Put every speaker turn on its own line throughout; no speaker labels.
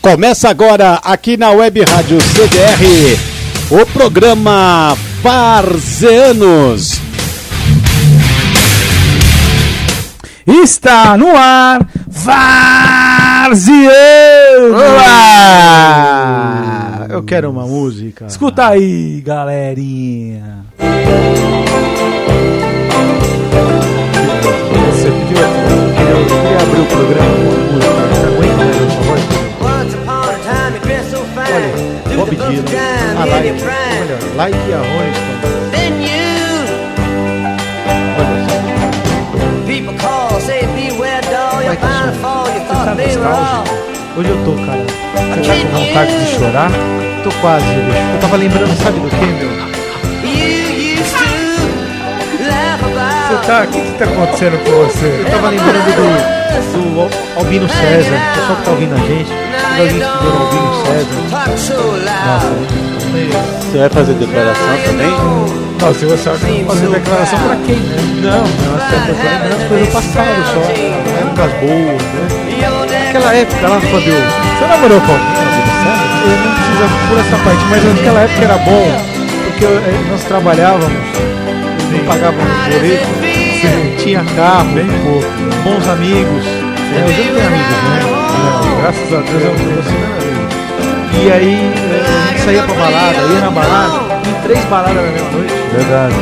Começa agora aqui na Web Rádio CDR o programa Parzeanos.
Está no ar Varziano!
Ah, Eu quero uma música.
Escuta aí, galerinha.
Você pediu eu queria abrir o programa com uma música. Você
Once
aguenta, né, por favor?
upon a time you've been so fine. Through
Bob
the bumps
Dylan.
of time
Ah,
in
like.
your prime.
Olha, like e arroz. cara.
Then you,
Olha
people call, say beware
é
doll. You're
Like this
bound to
one.
fall. You
só. Tá
thought Oh, they were all.
nostálgico? Hoje eu tô, cara. Você tá com vontade de chorar? Tô quase, bicho. Eu tava lembrando, sabe do que, meu?
You used to laugh about.
Tá, o que que tá acontecendo com você?
Eu tava lembrando do, do Al- Albino César. O pessoal que tá ouvindo a gente.
Now
Toda a
you
gente que viu o Albino César.
don't talk so loud.
Meio-
Você vai fazer
Now
tá
declaração
you
também?
know
Não, se você vai fazer declaração pra quem, né?
Não, não, essa
having
é
the
uma coisa
big
passada só.
sound.
Épocas boas, né?
Your dad
Naquela época lá quando eu, eu
Você namorou com alguém? Eu não precisava por essa parte, mas naquela época era bom, porque eu- eh, nós trabalhávamos,
não pagava
how
muito
does it
boleto,
feel?
tinha carro, pouco, bons amigos. né? Eu já não tenho amigos, né?
graças a Deus eu não você não era amigo.
assim, E aí eh, a gente saía pra balada, ia na balada, em três baladas na mesma noite.
Verdade.
Ia,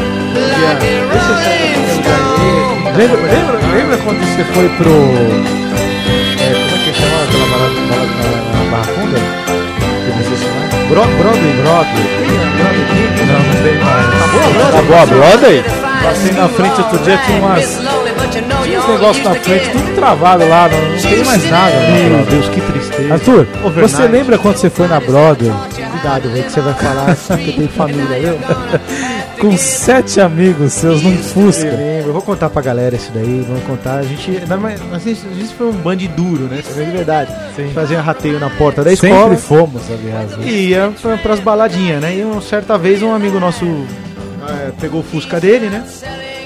esse saía pra lugar dele.
Lembra, lembra, lembra quando você foi pro. eh, como é que chamava aquela balada, balada na, na Barra Funda? Que não existe mais? Bro, Broadway, Broadway. Não, não tem mais. Acabou,
Tá boa, brother?
Passei na frente outro dia, tinha umas- Tinha uns negócios na
é.
frente, tudo travado lá, não, não tem mais nada. né,
Meu
brother?
Deus, que tristeza.
Arthur,
Overnight.
você lembra quando você foi na Broadway?
Cuidado, velho, que você vai falar que eu tenho família, viu?
Com sete amigos seus num
Eu
Fusca.
lembro, eu vou contar pra galera isso daí, vamos contar. A gente, na, mas a gente foi um band duro, né? Isso é de verdade. Fazia rateio na porta da escola
Sempre fomos, aliás. né?
e ia pra, pras baladinhas, né? E uma certa vez um amigo nosso eh, pegou o Fusca dele, né?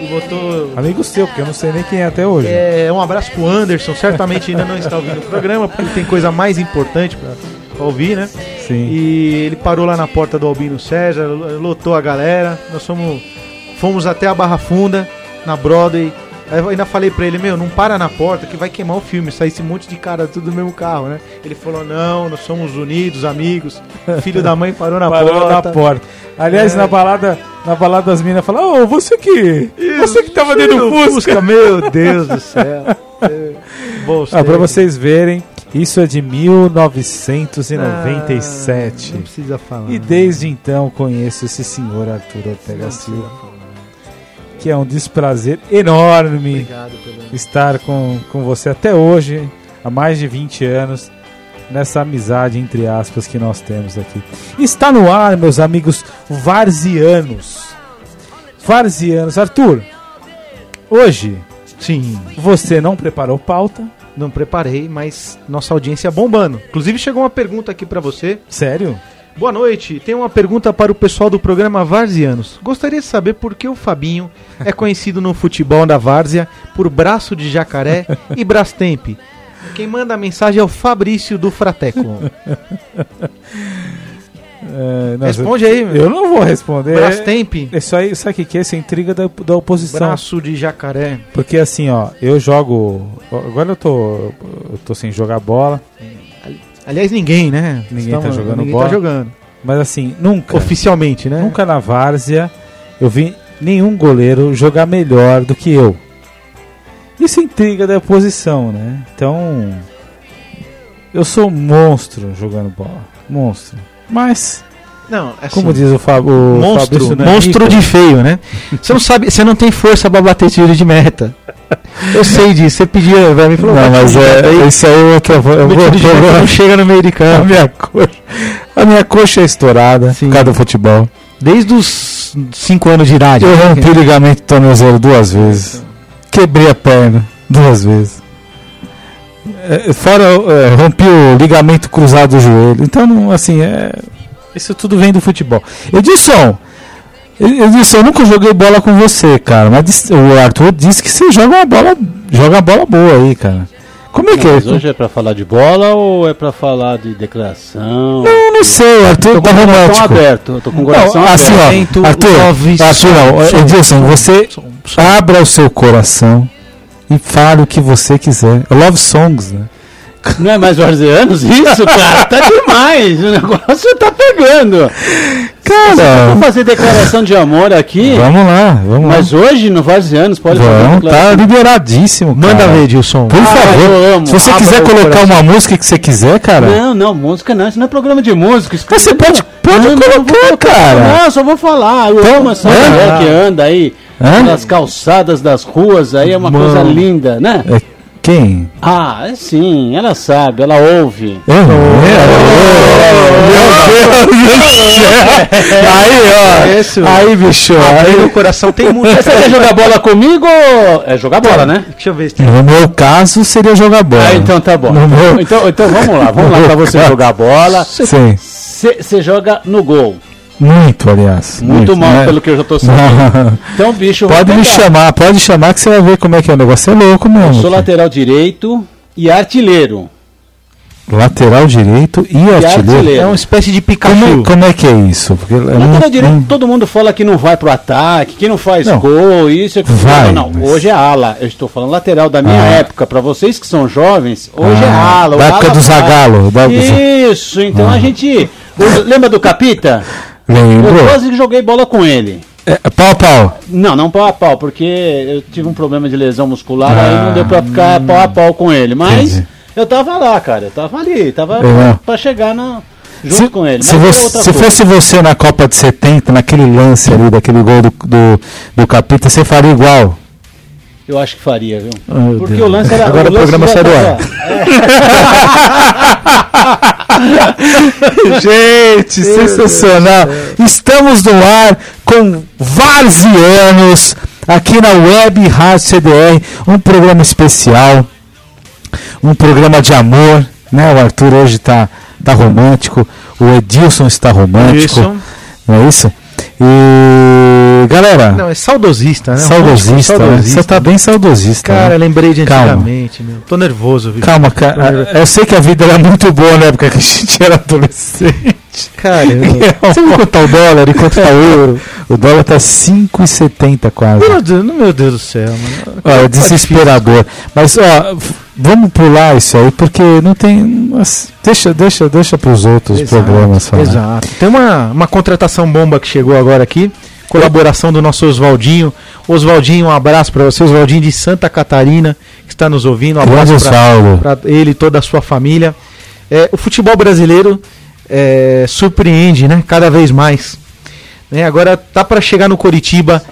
E botou.
Amigo seu, porque eu não sei nem quem é até hoje.
É, um abraço pro Anderson, certamente ainda não está ouvindo o programa, porque tem coisa mais importante pra, pra ouvir, né?
Sim.
E ele parou lá na porta do Albino César, lotou a galera. Nós fomos, fomos até a Barra Funda, na Broadway. Aí eu ainda falei pra ele, meu, não para na porta que vai queimar o filme, sai esse monte de cara tudo no mesmo carro, né? Ele falou, não, nós somos unidos, amigos, filho da mãe parou na
Parou
porta.
na porta. Aliás,
É.
na balada, na balada das minas fala, ô, você que. Você que tava dentro do Fusca.
meu Deus do céu. Bom,
Ah, pra
sei.
vocês verem, isso é de
Ah, Não
1997.
precisa falar.
E desde então conheço esse senhor Arthur Ortega Silva, que é um desprazer enorme
né? Obrigado pelo...
estar com, com você até hoje, há mais de 20 anos, nessa amizade, entre aspas, que nós temos aqui. Está no ar, meus amigos varzianos. Varzianos. Arthur, hoje
Sim.
você não preparou pauta,
Não preparei, mas nossa audiência é bombando. Inclusive chegou uma pergunta aqui pra você.
sério?
Boa noite, tem uma pergunta para o pessoal do programa Varzianos. Gostaria de saber por que o Fabinho é conhecido no futebol da Várzea por braço de jacaré e brastemp. Quem manda a mensagem é o Fabrício do Frateco.
É, não,
Responde aí, meu.
Eu não vou responder.
Brastemp,
Isso aí, sabe o que, que é? Isso é intriga da, da oposição.
braço de jacaré.
Porque assim, ó, eu jogo. Agora eu tô. Eu tô sem jogar bola.
Aliás, ninguém, né?
Ninguém tá
Estamos-
jogando
ninguém
bola.
tá jogando.
Mas assim, nunca.
Oficialmente, né?
Nunca na várzea eu vi nenhum goleiro jogar melhor do que eu. Isso é intriga da oposição, né? Então. Eu sou um monstro jogando bola. Monstro. Mas,
Não, é
como diz o, Fab, o Fabrício né?
monstro,
né?
Nanico-
monstro de feio, né? Você não sabe, você não tem força pra bater tiro de meta. Eu sei disso, você pedia, velho, me falou, um
Não,
"Bate
mas
tiro de meta
é,
aí,
isso aí eu vou, eu
meu
vou,
tiro de meta não chega no meio de
a
campo.
minha coxa. A minha coxa é estourada
Sim.
por causa do futebol.
Desde os 5 anos de idade.
Eu rompi o ligamento tornozelo duas vezes. Quebrei a perna duas vezes. É, Fora, é, rompi o ligamento cruzado do joelho. Então, não, assim, é, isso tudo vem do futebol. Edilson, Edilson, eu nunca joguei bola com você, cara. Mas dis- o Arthur disse que você joga uma bola, joga uma bola boa aí, cara. Como é que
Não,
é?
mas hoje é pra falar de bola ou é pra falar de declaração?
Eu não sei, Arthur tá
Coração
romântico.
aberto, eu tô com o um coração
Não, assim,
aberto.
um
ó, Arthur, Arthur, não, Edilson, você abra o seu coração e fale o que você quiser. Eu love songs, né?
Não é mais anos isso, cara? Tá demais, o negócio tá pegando.
Cara,
Vamos fazer declaração de amor aqui,
Ah. vamos lá, vamos lá.
mas hoje no anos pode fazer
Vamos, tá
declaração.
liberadíssimo.
Manda
cara.
ver, Edilson.
Por
Ah, eu
favor,
amo.
se você
Abra
quiser
o
colocar uma música que você quiser, cara.
Não, não, música não, isso não é programa de música. Isso
Mas você pode, pode
Não, não, eu vou
colocar, cara.
Não, eu só vou falar. Eu
Então,
amo essa
é?
mulher que anda aí
Hã?
nas calçadas das ruas, aí é uma
Mano.
coisa linda, né?
É, Quem? É
Ah, é sim, ela sabe, ela ouve.
Eu? Eu? Meu Deus do céu! Aí, ó.
Esse,
Aí, bicho.
aí
Aí,
no coração tem muito.
Você quer jogar bola comigo? ou- É jogar bola, né?
Deixa eu ver se tem.
no meu caso, seria jogar bola.
Ah, então tá bom.
No meu-
Então, então vamos lá, vamos lá pra você jogar bola.
Sim.
Você joga no gol.
Muito, aliás.
Muito mal,
né?
pelo que eu já tô sabendo. Então, bicho, eu vou
Pode me
pegar.
chamar, pode chamar que você vai ver como é que é o negócio. É louco
Eu
mesmo.
sou
cara.
lateral direito e artilheiro.
Lateral direito e
E
artilheiro. um
artilheiro.
É uma espécie de
Como,
Pikachu.
como é que é isso? Porque eu
Lateral
não-
direito,
não-
todo mundo fala que não vai pro ataque, que não faz
Não.
gol, isso é
Vai,
Não, não.
mas-
Hoje é ala. Eu estou falando lateral da minha
Ah.
época. Pra vocês que são jovens, hoje é
Ah,
ala. o
da época
ala
do
faz.
Zagallo, da- do- Ah.
Isso, então a gente. o- Lembra do Capita? Eu
Lembrou?
quase que joguei bola com ele.
É, pau, pau.
Não, não pau a pau, porque eu tive um problema de lesão muscular, aí não deu pra ficar pau a pau com ele. Mas
Ah. Entendi.
eu tava lá, cara. Eu tava ali, tava
Legal.
pra chegar na, junto
Se,
com ele.
se
Mas é
você-
outra
se
coisa.
fosse você na Copa de 70, naquele lance ali, daquele gol do, do, do Capita, você faria igual.
Eu acho que faria, viu?
meu
Porque
Deus.
o lance era.
Agora o
lance
programa
já
sai do
tava-
Gente, sensacional! Estamos no ar com Varzianos aqui na Web Rádio CDR, um programa especial, um programa de amor, né? O Arthur hoje tá, tá romântico, o Edilson está romântico,
Edilson.
não é isso? E galera,
Não, é saudosista, né?
saudosista, né? você tá bem saudosista.
Cara,
né?
lembrei de
Calma.
antigamente, meu. Tô nervoso, viu?
Calma, cara. Eu sei que a vida era muito boa na época que a gente era adolescente.
Cara, eu...
Você viu quanto tá o dólar e quanto tá o euro? O dólar tá 5,70 quase.
meu, Deus, meu Deus do céu, mano.
Ó, é desesperador. Mas, ó, f- vamos pular isso aí, porque não tem. mas Deixa, deixa, deixa pros outros programas falar.
Exato. Tem uma, uma contratação bomba que chegou agora aqui. Colaboração do nosso Oswaldinho. Oswaldinho, um abraço pra você. Oswaldinho de Santa Catarina, que está nos ouvindo. Um
Grande
abraço pra,
Osvaldo.
para ele e toda a sua família. É, o futebol brasileiro é, surpreende, né? Cada vez mais. Né, Agora tá para chegar no Coritiba.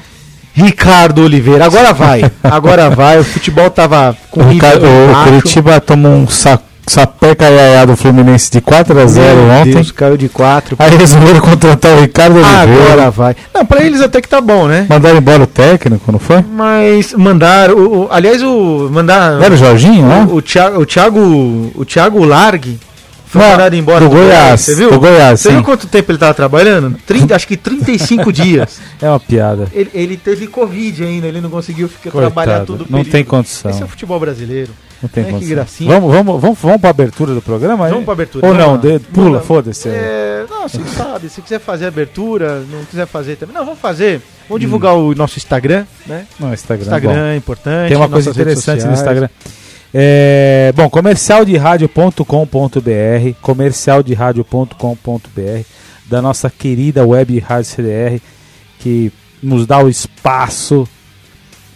Ricardo Oliveira, agora vai, agora vai. O futebol tava com
O, Rica-
nível
o
baixo.
Curitiba tomou um sa- sapeca iaiá do Fluminense de 4x0
Meu
ontem.
Deus, caiu de quatro.
Aí resolveram contratar o Ricardo Oliveira.
Agora vai. Não, para eles até que tá bom, né?
Mandaram embora o técnico, não foi?
Mas mandaram, o- o- aliás, o mandar
Não era o Jorginho, né?
o, o Thiago, o Thiago, o Thiago Largue foi
Não,
mandado embora né?
do Goiás,
Você viu?
do Goiás,
Você
sim.
viu quanto tempo ele tava trabalhando? 30, acho que 35 dias.
É uma piada.
Ele, ele teve Covid ainda, ele não conseguiu ficar,
Coitado,
trabalhar tudo
não tem condição.
Esse é o futebol brasileiro.
Não tem
É, que
condição.
gracinha.
Vamos, vamos, vamos, vamos pra abertura do programa?
Vamos
é?
pra abertura,
Ou
vamos
não,
lá.
de- pula,
Vamos lá.
foda-se.
É, não, você sabe, se quiser fazer abertura, não quiser fazer também. Não, vamos fazer. Vamos divulgar o nosso Instagram, né?
Não, Instagram. bom.
Tá
Instagram é importante.
Tem uma coisa
nossas redes
interessante no
sociais.
Instagram. É, bom, comercialderadio.com.br, comercialderadio.com.br, da nossa querida web Rádio CDR, que nos dá o espaço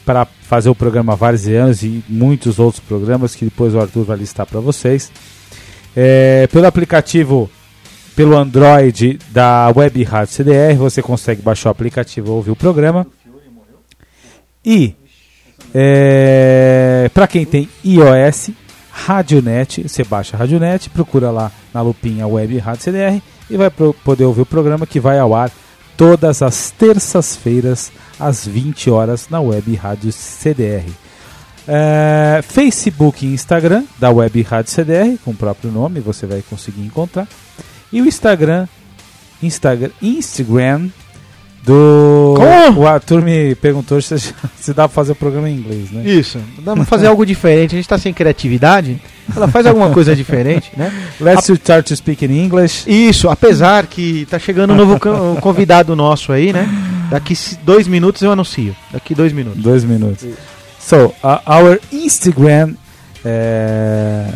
para fazer o programa Varzianos e muitos outros programas que depois o Arthur vai listar para vocês. É, pelo aplicativo, pelo Android da web Rádio CDR, você consegue baixar o aplicativo e ouvir o programa. E é, para quem tem iOS, Radionet, você baixa a Radionet, procura lá na lupinha web Rádio CDR e vai pro- poder ouvir o programa que vai ao ar todas as terças-feiras às 20 horas na web Rádio CDR. É, Facebook e Instagram da web Rádio CDR, com o próprio nome, você vai conseguir encontrar. E o Instagram, Instagram, Instagram
Do.
Como?
O Arthur me perguntou se, se dá pra fazer o programa em inglês, né?
Isso. Dá pra fazer algo diferente. A gente tá sem criatividade. Ela faz alguma coisa diferente, né?
Let's start to speak in English.
Isso, apesar que tá chegando um novo can- um convidado nosso aí, né? Daqui c- dois minutos eu anuncio. Daqui dois minutos.
Dois minutos. So, uh, our Instagram é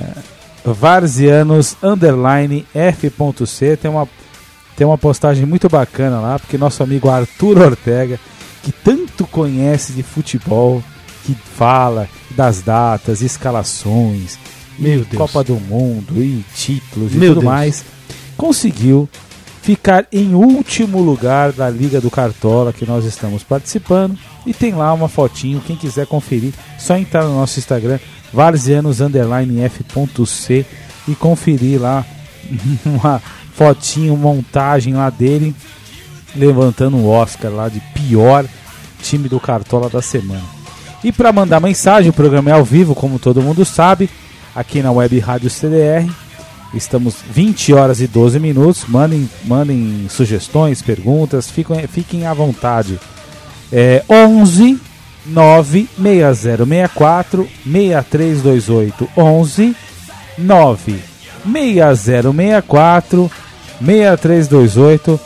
varzianos underline f.c tem uma, tem uma postagem muito bacana lá, porque nosso amigo Arthur Ortega, que tanto conhece de futebol, que fala das datas, escalações,
Meu
e
Deus.
Copa do Mundo e títulos e
Meu
tudo
Deus.
mais, conseguiu ficar em último lugar da Liga do Cartola que nós estamos participando e tem lá uma fotinho, quem quiser conferir, só entrar no nosso Instagram varzianos_f.c e conferir lá uma fotinho, montagem lá dele levantando o Oscar lá de pior time do Cartola da semana. E para mandar mensagem, o programa é ao vivo, como todo mundo sabe, aqui na Web Rádio CDR. Estamos 20 horas e 12 minutos. Mandem, mandem sugestões, perguntas, fiquem, fiquem à vontade. É 11 96064 6328 11 96064 6328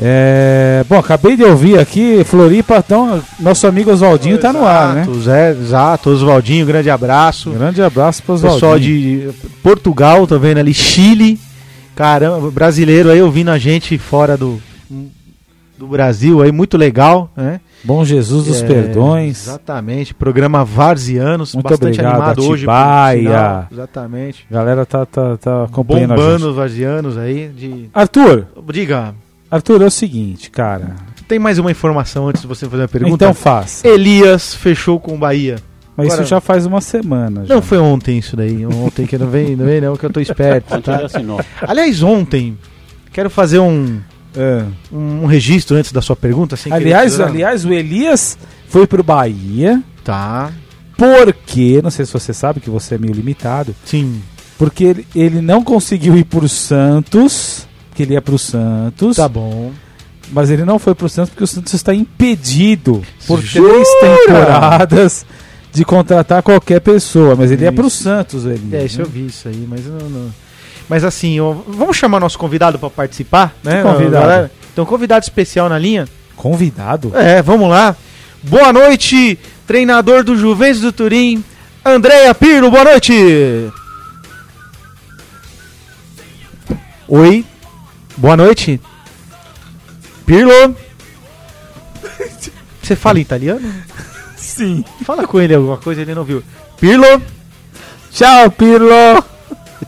é, bom, acabei de ouvir aqui, Floripa, então, nosso amigo Oswaldinho tá no ar, né?
Exato, Zé, exato. Oswaldinho, grande abraço.
Grande abraço para Oswaldinho.
Pessoal de Portugal, tô vendo ali, Chile. Caramba, brasileiro aí ouvindo a gente fora do, do Brasil aí, muito legal, né?
Bom Jesus dos
É,
Perdões.
Exatamente. Programa Varzianos,
Muito
bastante
obrigado,
animado hoje. por
Atibaia.
sinal. Exatamente.
A galera tá, tá, tá acompanhando a gente.
Bombando os varzianos aí. De...
Arthur,
Diga,
Arthur, é o seguinte, cara.
tem mais uma informação antes de você fazer a pergunta?
Então faz.
Elias fechou com o Bahia.
Mas
agora-
isso já faz uma semana. já.
Não foi ontem isso daí. Ontem que eu não vem, não vem não, que eu tô esperto,
Ontem ele
tá?
assinou.
Aliás, ontem, quero fazer um,
É.
um registro antes da sua pergunta. sem querer
Aliás,
tirar-
aliás, o Elias foi pro Bahia
Tá,
porque, não sei se você sabe que você é meio limitado,
sim.
porque ele, ele não conseguiu ir pro Santos, que ele ia pro Santos,
Tá bom.
mas ele não foi pro Santos porque o Santos está impedido por
Jura?
três temporadas de contratar qualquer pessoa, mas ele ia pro
Isso.
Santos, ele.
É, isso eu vi isso aí, mas eu não... não- Mas assim, ó, vamos chamar nosso convidado pra participar, né?
convidado?
galera? Então, convidado especial na linha.
Convidado?
É, vamos lá. Boa noite, treinador do Juventus do Turim, Andréia Pirlo, boa noite. Oi, boa noite. Pirlo. Você fala italiano?
Sim.
Fala com ele alguma coisa, ele não viu. Pirlo,
Tchau, Pirlo!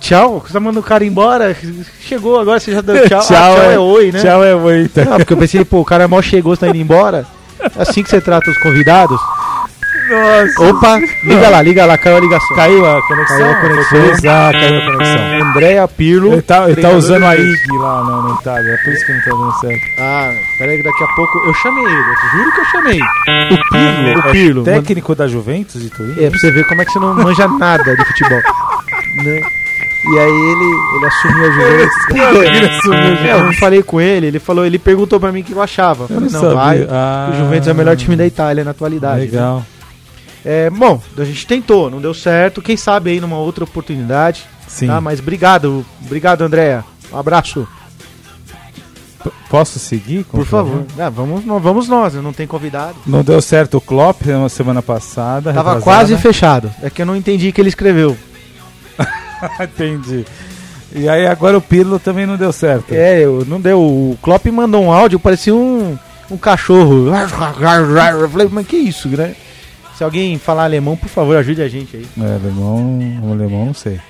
tchau. Você tá mandando o cara embora? Chegou agora, você já deu tchau. Ah,
Tchau, é-
oi, né?
Tchau, é muita.
Ah, porque eu pensei, pô, o cara mal chegou, você tá indo embora. É assim que você trata os convidados.
Nossa.
Opa, liga lá, liga lá, caiu a ligação.
Caiu a é conexão.
Caiu a conexão.
Foi pesar,
é
caiu a conexão.
Andréa Pirlo.
Ele tá, ele tá
treinador
usando a
do Juventus.
IG lá na, na Itália, é por isso que não tá dando certo.
Ah, peraí que daqui a pouco eu chamei ele, eu juro que eu chamei. O Pirlo. O Pirlo. mano.
Técnico da Juventus e tudo.
É, pra você ver como é que você não manja nada de futebol. né? E aí ele, ele assumiu a Juventus. É, eu falei com ele, ele falou, ele perguntou pra mim o que eu achava. Eu falei, não, vai. O Juventus é o melhor time da Itália na atualidade. né?
Legal.
É, bom, a gente tentou, não deu certo. Quem sabe aí numa outra oportunidade.
Sim.
Tá? Mas obrigado, obrigado, Andréa. Um abraço.
P- Posso seguir? com
Por
o
favor.
programa?
Ah, vamos, nó- vamos nós, não tem convidado.
Não deu certo o Klopp na semana passada. né?
Tava
retrasada.
quase fechado. É que eu não entendi o que ele escreveu.
Entendi. E aí agora o Pirlo também não deu certo.
É, eu, não deu. O Klopp mandou um áudio, parecia um, um cachorro. Eu falei, mas que isso, né? Se alguém falar alemão, por favor, ajude a gente aí.
É, alemão, o alemão não sei.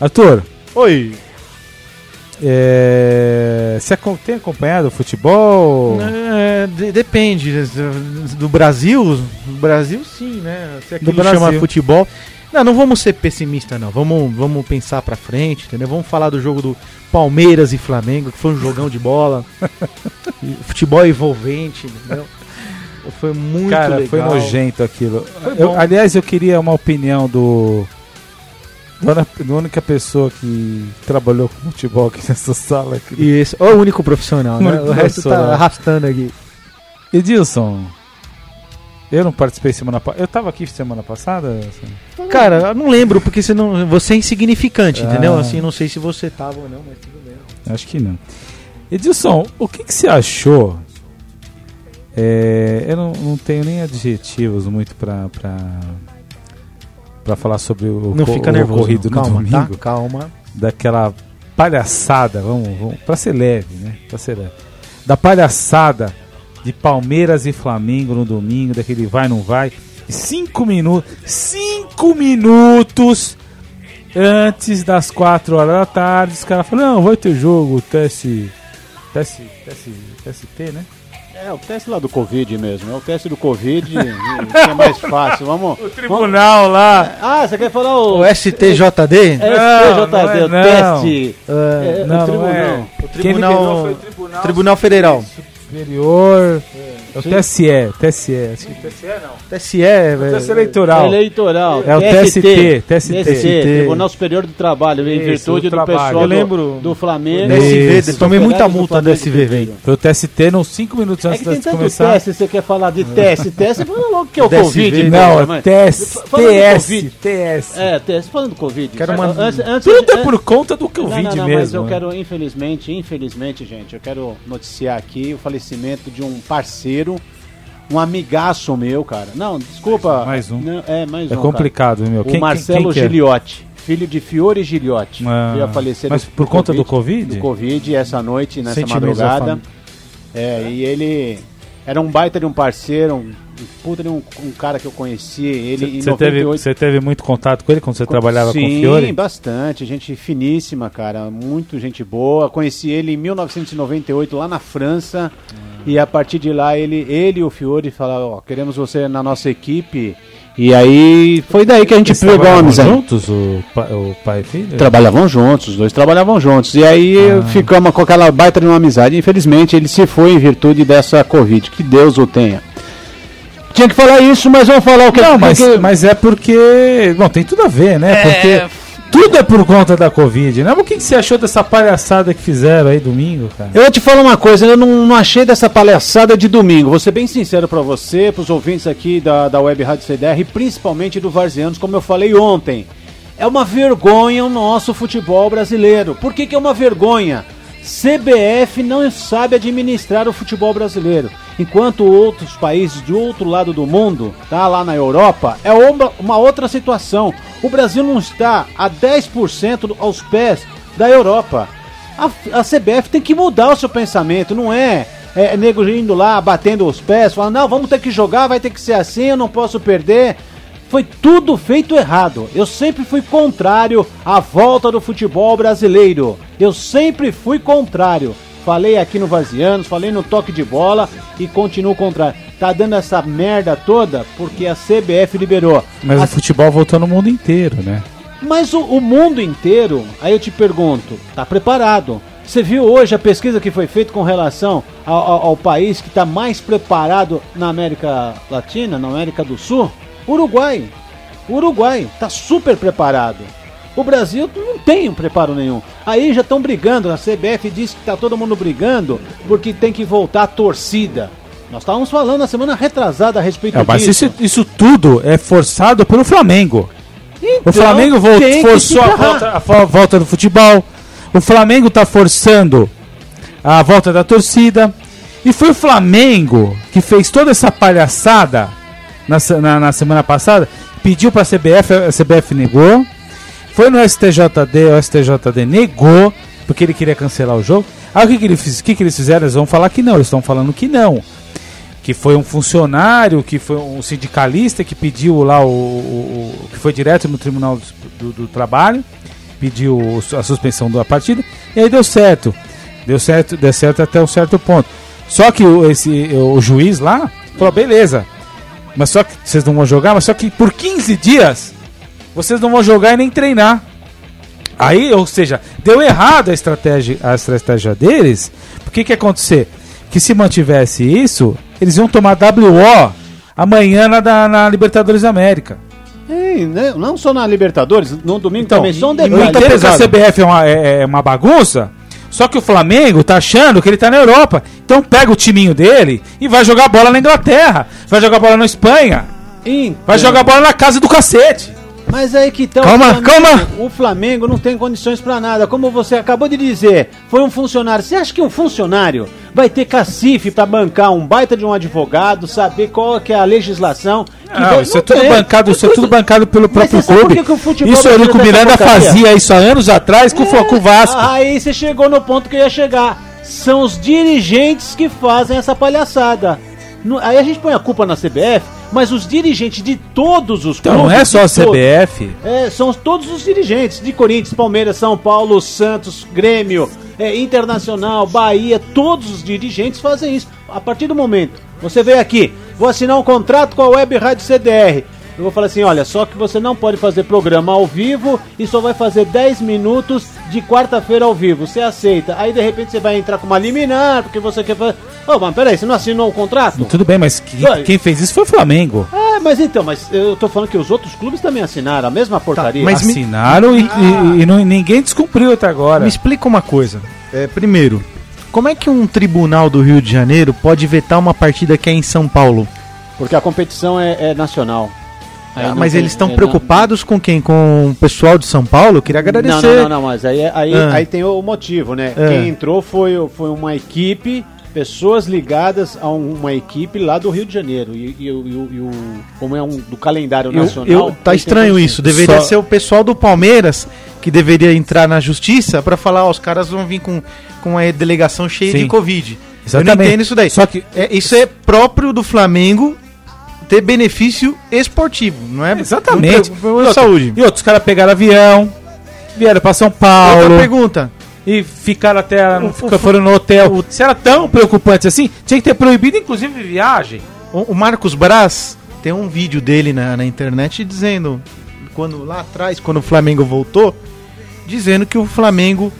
Arthur,
Oi.
é, você acom- tem acompanhado o futebol?
É, de- depende. Do Brasil, do Brasil sim, né? Se aquilo
Do Brasil.
chama futebol. Não, não vamos ser pessimistas, não. Vamos, vamos pensar pra frente, entendeu? Vamos falar do jogo do Palmeiras e Flamengo, que foi um jogão de bola. E futebol envolvente, entendeu? Foi muito
Cara,
legal.
foi nojento aquilo.
Foi
Eu-
bom.
aliás, eu queria uma opinião do da una- da única pessoa que trabalhou com futebol aqui nessa sala. aqui.
E esse, o único profissional, né?
O único
o resto
profissional.
tá arrastando aqui.
Edilson, eu não participei semana passada. Eu tava aqui semana passada? Edilson?
Cara, eu não lembro, porque você, não, você é insignificante,
Ah.
entendeu? Assim, não sei se você tava ou não, mas tudo bem.
Acho que não. Edilson, o que, que você achou? É, eu não, não tenho nem adjetivos muito pra, pra, pra falar sobre o,
Não
co-
fica
o
nervoso.
ocorrido
não.
no
Calma,
domingo.
tá? Calma.
daquela palhaçada, vamos, vamos para ser leve, né? Para ser leve. Da palhaçada de Palmeiras e Flamengo no domingo, daquele vai não vai. Cinco minutos, cinco minutos antes das quatro horas da tarde, os caras falam, não, vai ter jogo, teste, teste, teste, TST, né?
É, o teste lá do Covid mesmo. É o teste do Covid, que é mais fácil. Vamos.
Tribunal lá.
Ah, você quer falar o.
O STJD?
É,
Não,
STJD,
não é,
o
não.
teste.
Ah,
É,
não,
o tribunal.
não é.
o Tribunal,
foi o
Tribunal, Federal.
Superior. É o TSE, TSE. acho que-
TSE, velho.
Teste é eleitoral.
Eleitoral.
É o TST, TST.
Tribunal Superior do Trabalho, em
Isso,
virtude do
do trabalho.
pessoal
Eu
do-
lembro-
do Flamengo.
DSV,
Isso.
tomei muita
Superado do
multa do
Flamengo,
SV, velho.
Foi o TST nos 5 minutos
É
antes
que tem
de
tanto
começar.
teste, você quer falar de teste, teste, fala logo que é o
DSV,
Covid.
Não,
né,
é
mas-
TS,
Falando do
TS,
Covid.
TS.
É, teste, falando do Covid.
Quero
Sabe,
uma-
antes- antes-
Tudo
an-
é por conta do
Não,
Covid
não, não, Mas
mesmo.
eu
né?
quero, infelizmente, infelizmente, gente, eu quero noticiar aqui o falecimento de um parceiro, um amigaço meu, cara. Não, desculpa.
Mais um.
Não, é, mais
É
um. cara.
complicado, meu.
O Marcelo
que é?
Giliotti, filho de Fiore Giliotti,
Ah,
veio a falecer
mas
do-
por conta do Covid?
Do Covid, essa noite, nessa
Sentimentos da
madrugada. É, e ele era um baita de um parceiro, um puta de um, um cara que eu conheci. Ele em
Você teve,
98
você teve muito contato com ele quando você trabalhava
Sim, tipo
com o Fiore?
bastante. Gente finíssima, cara. Muito gente boa. Conheci ele em 1998 lá na França.
Ah.
E a partir de lá, ele, ele e o Fiore falaram: Ó, queremos você na nossa equipe. E aí, foi daí que a gente
Eles
pegou a
trabalhavam
amizade.
juntos, o, pa- o pai e filho?
Trabalhavam juntos, os dois trabalhavam juntos. E aí
Ah.
ficamos com aquela baita de uma amizade. Infelizmente, ele se foi em virtude dessa Covid. Que Deus o tenha. Tinha que falar isso, mas vamos falar o que
Não, mas,
que-
mas é porque. Bom, tem tudo a ver, né? Porque tudo é por conta da Covid, né? Mas o que, que você achou dessa palhaçada que fizeram aí domingo, cara?
Eu te falo uma coisa, eu não, não achei dessa palhaçada de domingo. Vou ser bem sincero pra você, pros ouvintes aqui da, da Web Rádio CDR, e principalmente do Varzianos, como eu falei ontem. É uma vergonha o nosso futebol brasileiro. Por que, que é uma vergonha? CBF não sabe administrar o futebol brasileiro. Enquanto outros países de outro lado do mundo, tá lá na Europa, é uma- uma outra situação. O Brasil não está a 10% aos pés da Europa. A, a CBF tem que mudar o seu pensamento, não é, é nego indo lá, batendo os pés, falando, não, vamos ter que jogar, vai ter que ser assim, eu não posso perder. Foi tudo feito errado. Eu sempre fui contrário à volta do futebol brasileiro. Eu sempre fui contrário. Falei aqui no Vazianos, falei no toque de bola e continuo contrário. Tá dando essa merda toda porque a CBF liberou.
Mas
A
o futebol voltou no mundo inteiro, né?
mas o, o mundo inteiro, aí eu te pergunto, tá preparado? Você viu hoje a pesquisa que foi feita com relação ao, ao- ao país que está mais preparado na América Latina, na América do Sul? Uruguai. O Uruguai tá super preparado. O Brasil não tem um preparo nenhum. Aí já estão brigando, a CBF diz que tá todo mundo brigando porque tem que voltar a torcida. Nós estávamos falando na semana retrasada a respeito
É, mas
disso.
isso, isso tudo é forçado pelo Flamengo. O
Então,
Flamengo vol-
tem que se
forçou a
ferrar.
volta, a fo- volta do futebol. O Flamengo tá forçando a volta da torcida. E foi o Flamengo que fez toda essa palhaçada na, se- na- na semana passada. Pediu pra CBF, a CBF negou. Foi no STJD, o STJD negou, porque ele queria cancelar o jogo. Aí o que, que, ele fiz- o que que eles fizeram? Eles vão falar que não, eles estão falando que não que foi um funcionário, que foi um sindicalista que pediu lá o, o- o- que foi direto no Tribunal do, do- do Trabalho, pediu o su- a suspensão da partida e aí deu certo, deu certo, deu certo até um certo ponto. Só que o, esse o juiz lá falou beleza, mas só que vocês não vão jogar, mas só que por 15 dias vocês não vão jogar e nem treinar. Aí, ou seja, deu errado a estratégia, a estratégia deles. Porque que ia acontecer? Que se mantivesse isso, eles iam tomar WO amanhã na, da- na Libertadores da América.
É também, né? Não só na Libertadores, no domingo
Então,
também. Só um
Eu
detalhe.
entendo que a CBF é uma, é- é uma bagunça, só que o Flamengo tá achando que ele tá na Europa. Então pega o timinho dele e vai jogar bola na Inglaterra, vai jogar bola na Espanha,
Então,
vai jogar bola na casa do cacete.
Mas aí que tá. o
Calma,
Flamengo-
calma.
O Flamengo não tem condições pra nada. Como você acabou de dizer, foi um funcionário. Você acha que um funcionário vai ter cacife pra bancar um baita de um advogado, saber qual que é a legislação? que
Não,
vai-
isso é tudo
tem.
bancado, isso é tudo bancado pelo próprio
você sabe por
clube.
que que o futebol
Isso o
brasileiro
Eurico
tá essa
Miranda
porcaria?
fazia isso há anos atrás
É.
com, o Fla- com o Vasco.
Ah, Aí você chegou no ponto que eu ia chegar. São os dirigentes que fazem essa palhaçada. Não- aí a gente põe a culpa na CBF, mas os dirigentes de todos os
Então não é só a
de todos-
CBF.
É, são todos os dirigentes de Corinthians, Palmeiras, São Paulo, Santos, Grêmio, é, Internacional, Bahia, todos os dirigentes fazem isso. A partir do momento, você veio aqui, vou assinar um contrato com a Web Rádio CDR. Eu vou falar assim, olha, só que você não pode fazer programa ao vivo e só vai fazer 10 minutos de quarta-feira ao vivo. Você aceita. Aí de repente você vai entrar com uma liminar, porque você quer fazer. Ô, mas peraí, você não assinou o contrato?
Então-
Tudo bem, mas que-
Vai.
quem fez isso foi o Flamengo.
É, mas então, mas eu tô falando que os outros clubes também assinaram a mesma porcaria.
Tá, mas me-
Assinaram e,
Ah.
e- e não- ninguém descumpriu até agora.
Me explica uma coisa. É, primeiro, como é que um tribunal do Rio de Janeiro pode vetar uma partida que é em São Paulo?
Porque a competição é, é nacional. Aí
Ah,
não
mas
tem-
eles estão
é,
preocupados com quem? Com o pessoal de São Paulo? Eu queria
Não,
agradecer.
não, não, não, não, mas aí, aí,
Ah.
aí tem o motivo, né?
Ah.
Quem entrou foi, foi uma equipe, pessoas ligadas a um- uma equipe lá do Rio de Janeiro. E, e o- e o- e o- como é um do calendário
Eu-
nacional.
eu- tá
tem
estranho
100%.
isso. Deveria
Só-
ser o pessoal do Palmeiras que deveria entrar na justiça pra falar, ó, os caras vão vir com, com uma delegação cheia
Sim.
de Covid. Eu não
Exatamente.
entendo isso daí.
Só que-
É, isso é próprio do Flamengo ter benefício esportivo, não é?
Exatamente.
Não pre- problema de saúde.
E outros caras pegaram avião, vieram pra São Paulo
Outra pergunta.
e ficaram até. não fica- foram no hotel. Se era tão preocupante assim, tinha que ter proibido, inclusive, viagem.
O, o Marcos Braz tem um vídeo dele na, na internet dizendo, quando lá atrás, quando o Flamengo voltou, dizendo que o Flamengo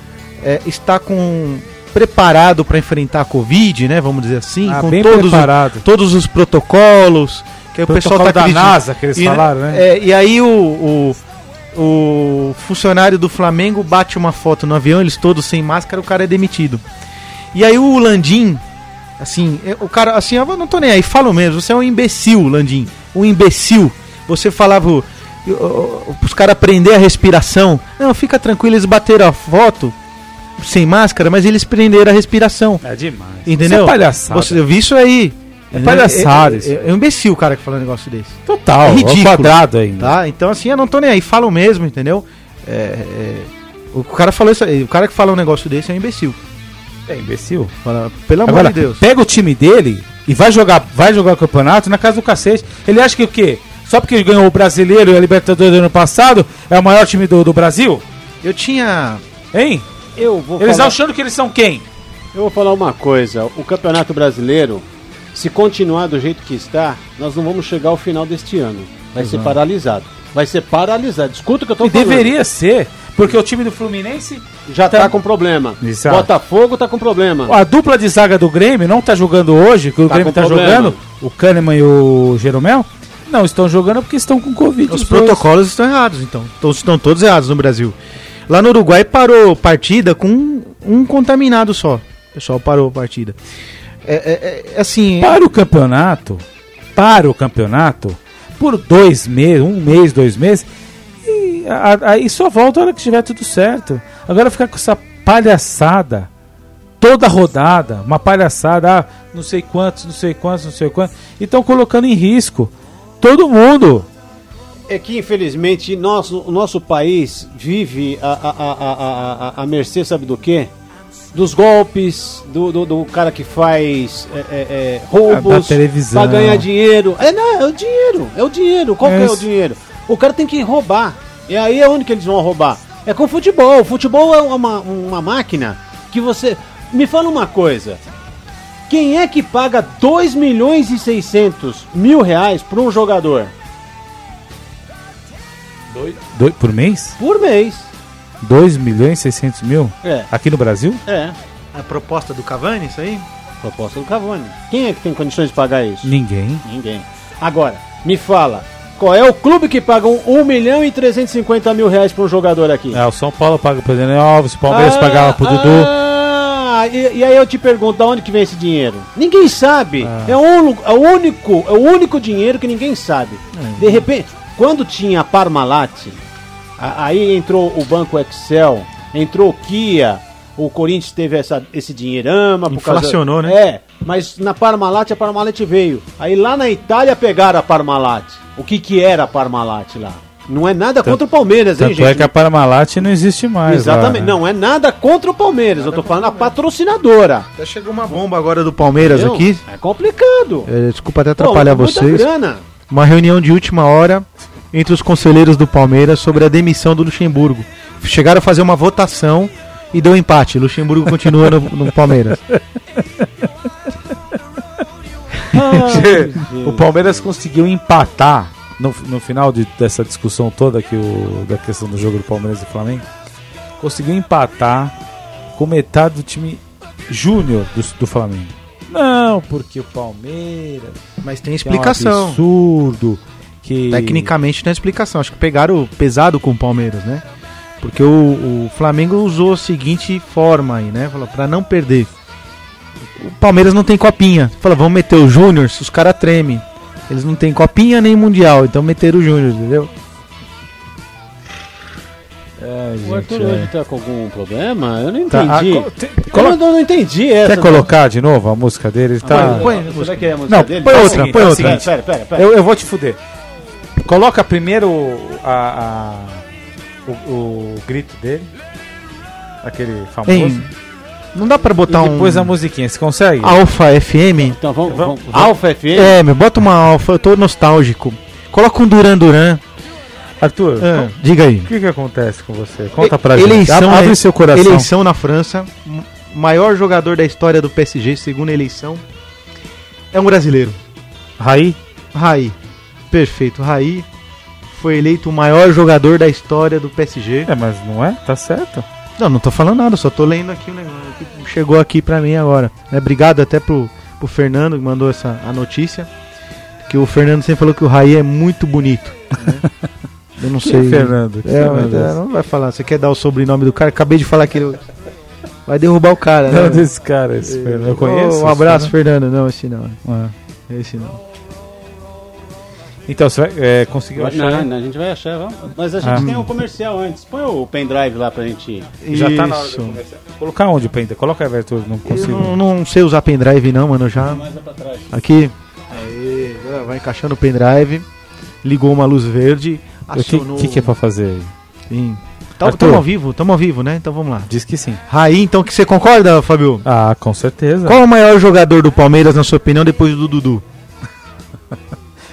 é, está com preparado para enfrentar a Covid, né? Vamos dizer assim,
Ah,
com
bem
todos,
preparado.
o- todos os protocolos. Que aí o pessoal tá
Protocolo da
acreditando.
NASA que eles
e,
falaram, né?
é, e aí o, o, o funcionário do Flamengo bate uma foto no avião, eles todos sem máscara, o cara é demitido. E aí o Landim, assim, é, o cara, assim, eu não tô nem aí, falo mesmo, você é um imbecil, Landim. Um imbecil. Você falava o- o- o- os caras prender a respiração. Não, fica tranquilo, eles bateram a foto sem máscara, mas eles prenderam a respiração.
É demais.
Entendeu?
Isso é palhaçada.
Você, eu vi isso aí.
É palhaçada
É- é-
isso.
É, é um imbecil o cara que fala um negócio desse.
Total.
É ridículo.
ao quadrado ainda.
Tá? Então, assim, eu não tô nem aí. Falam mesmo, entendeu? É, é, o cara falou isso aí. O cara que fala um negócio desse é um imbecil.
É imbecil.
Fala, pelo amor
Agora,
de Deus.
pega o time dele e vai jogar, vai jogar o campeonato na casa do cacete. Ele acha que o quê? Só porque ele ganhou o brasileiro e a Libertadores do ano passado, é o maior time do, do Brasil?
Eu tinha.
Hein?
Eu vou
Eles
falar-
achando que eles são quem?
Eu vou falar uma coisa, o Campeonato Brasileiro, se continuar do jeito que está, nós não vamos chegar ao final deste ano. Vai ser paralisado. Vai ser paralisado. Escuta o que eu tô
E
falando.
deveria ser, porque o time do Fluminense,
Já tá,
Tá.
com problema.
Isso.
Botafogo tá com problema.
a dupla de zaga do Grêmio não tá jogando hoje, que o
Tá
Grêmio
com
tá
problema.
jogando, o Kahneman e o Jeromel, não estão jogando porque estão com Covid.
Os
dois.
protocolos estão errados, então. Então, Estão todos errados no Brasil. Lá no Uruguai parou partida com um, um contaminado só. O pessoal parou a partida. É, é- é- assim.
Para o campeonato, para o campeonato, por dois meses, um mês, dois meses, e a- aí só volta a hora que tiver tudo certo. Agora ficar com essa palhaçada, toda rodada, uma palhaçada, ah, não sei quantos, não sei quantos, não sei quantos, e estão colocando em risco todo mundo.
É que, infelizmente, nós, o nosso país vive a, a, a, a, a, a mercê, sabe do quê? Dos golpes, do, do, do cara que faz é, é, é,
Ah,
roubos
da televisão.
pra ganhar dinheiro. É, não, é o dinheiro, é o dinheiro. Qual que é o
Esse.
dinheiro? O cara tem que roubar. E aí é onde que eles vão roubar? É com o futebol. O futebol é uma, uma máquina que você. Me fala uma coisa. Quem é que paga 2 milhões e 600 mil reais pra um jogador?
Doi- por mês?
Por mês.
2 milhões e 600 mil?
É.
Aqui no Brasil?
É,
A proposta do Cavani, isso aí?
proposta do Cavani. Quem é que tem condições de pagar isso?
Ninguém.
Ninguém. Agora, me fala, Qual é o clube que paga 1 milhão e 350 mil reais para um jogador aqui?
É, o São Paulo paga pro Daniel Alves, o Palmeiras pagava pro Dudu.
Ah, e, e aí eu te pergunto, da onde que vem esse dinheiro? Ninguém sabe.
Ah.
É, um, lu- é o único, é o único dinheiro que ninguém sabe.
É.
De repente, quando tinha a Parmalat, a- aí entrou o Banco Excel, entrou o Kia, o Corinthians teve essa, esse dinheirama. por causa-
Inflacionou, né?
É, mas na Parmalat, a Parmalat veio. Aí lá na Itália pegaram a Parmalat. O que que era a Parmalat lá? Não é nada contra o Palmeiras, hein,
Tanto é que a Parmalat não existe mais. lá,
Exatamente.
né?
Não é nada contra o Palmeiras. eu tô falando a patrocinadora.
Até chegou uma bomba agora do Palmeiras
entendeu?
aqui.
É complicado.
É, desculpa até atrapalhar
Pô, muita
vocês.
grana.
Uma reunião de última hora entre os conselheiros do Palmeiras sobre a demissão do Luxemburgo. Chegaram a fazer uma votação e deu empate. Luxemburgo continua no, no Palmeiras.
Ah,
O Palmeiras conseguiu empatar no, no final de- dessa discussão toda que o, da questão do jogo do Palmeiras e Flamengo. Conseguiu empatar com metade do time júnior do, do Flamengo. Não, porque o Palmeiras.
Mas tem
que é um
explicação.
absurdo. Que...
Tecnicamente tem explicação. Acho que pegaram pesado com o Palmeiras, né? Porque o, o Flamengo usou a seguinte forma aí, né? Falou, pra não perder. O Palmeiras não tem copinha. Fala, vamos meter o Júnior, os caras tremem. Eles não têm copinha nem mundial, então meteram o Júnior, entendeu?
É,
O Arthur
gente,
hoje
é.
tá com algum problema? Eu não entendi.
Tá, ah, co- te-
Eu
colo-
não, não entendi essa.
Quer colocar de novo a música dele? Ele tá...
Põe, põe, será que é a música
Não,
dele?
põe
Tá,
outra,
seguinte,
põe
tá,
outra.
Pera, pera, pera. pera.
Eu, eu vou te fuder. Coloca primeiro a, a- o, o grito dele. Aquele famoso.
Hein, Não dá pra botar
e depois
um Ah.
a musiquinha. Você consegue?
Alfa FM?
Então vamos. vamos, vamos.
Alfa FM.
É, meu, bota uma Alfa, eu tô nostálgico. Coloca um Duran Duran.
Arthur,
Ah, diga aí.
o que, que acontece com você? Conta pra
E-
gente.
eleição,
Abre
né?
seu coração.
Eleição na França, m- maior jogador da história do PSG, segundo a eleição, é um brasileiro.
Raí?
Raí. Perfeito. Raí foi eleito o maior jogador da história do PSG.
É, mas não é? Tá certo.
Não, não tô falando nada, só tô lendo aqui o negócio que chegou aqui pra mim agora. né? Obrigado até pro, pro Fernando que mandou essa a notícia. Que o Fernando sempre falou que o Raí é muito bonito. né? Eu não sei.
Fernando. que
É, mas,
Fernando
é, não vai falar. Você quer dar o sobrenome do cara? Acabei de falar que ele vai derrubar o cara,
Não,
né?
desse cara, esse Fernando. Eu
Oh,
conheço.
Um abraço,
esse
Fernando. Não, esse não.
Fernando.
Esse não.
É. Então, você vai, é, conseguiu
Vai-
achar?
não,
né?
não, a gente vai achar, vamos. Mas a gente
Ah.
tem o comercial antes. Põe o pendrive lá pra gente.
Já tá na hora de
Isso.
começar. Colocar onde, Penta? Coloca aí, Arthur. Não
Eu
consigo.
não, não sei usar pendrive, não, mano. eu Já.
Mais lá pra trás.
Aqui. Aê, agora vai encaixando o pendrive. Ligou uma luz verde.
O que,
acionou- um-
que, que é pra fazer aí?
Sim. Tá-
Arthur.
Tamo ao vivo, tamo ao vivo, né? Então vamos lá.
Diz que sim.
Raí, então que você concorda, Fabio?
Ah, com certeza.
Qual é o maior jogador do Palmeiras, na sua opinião, depois do Dudu?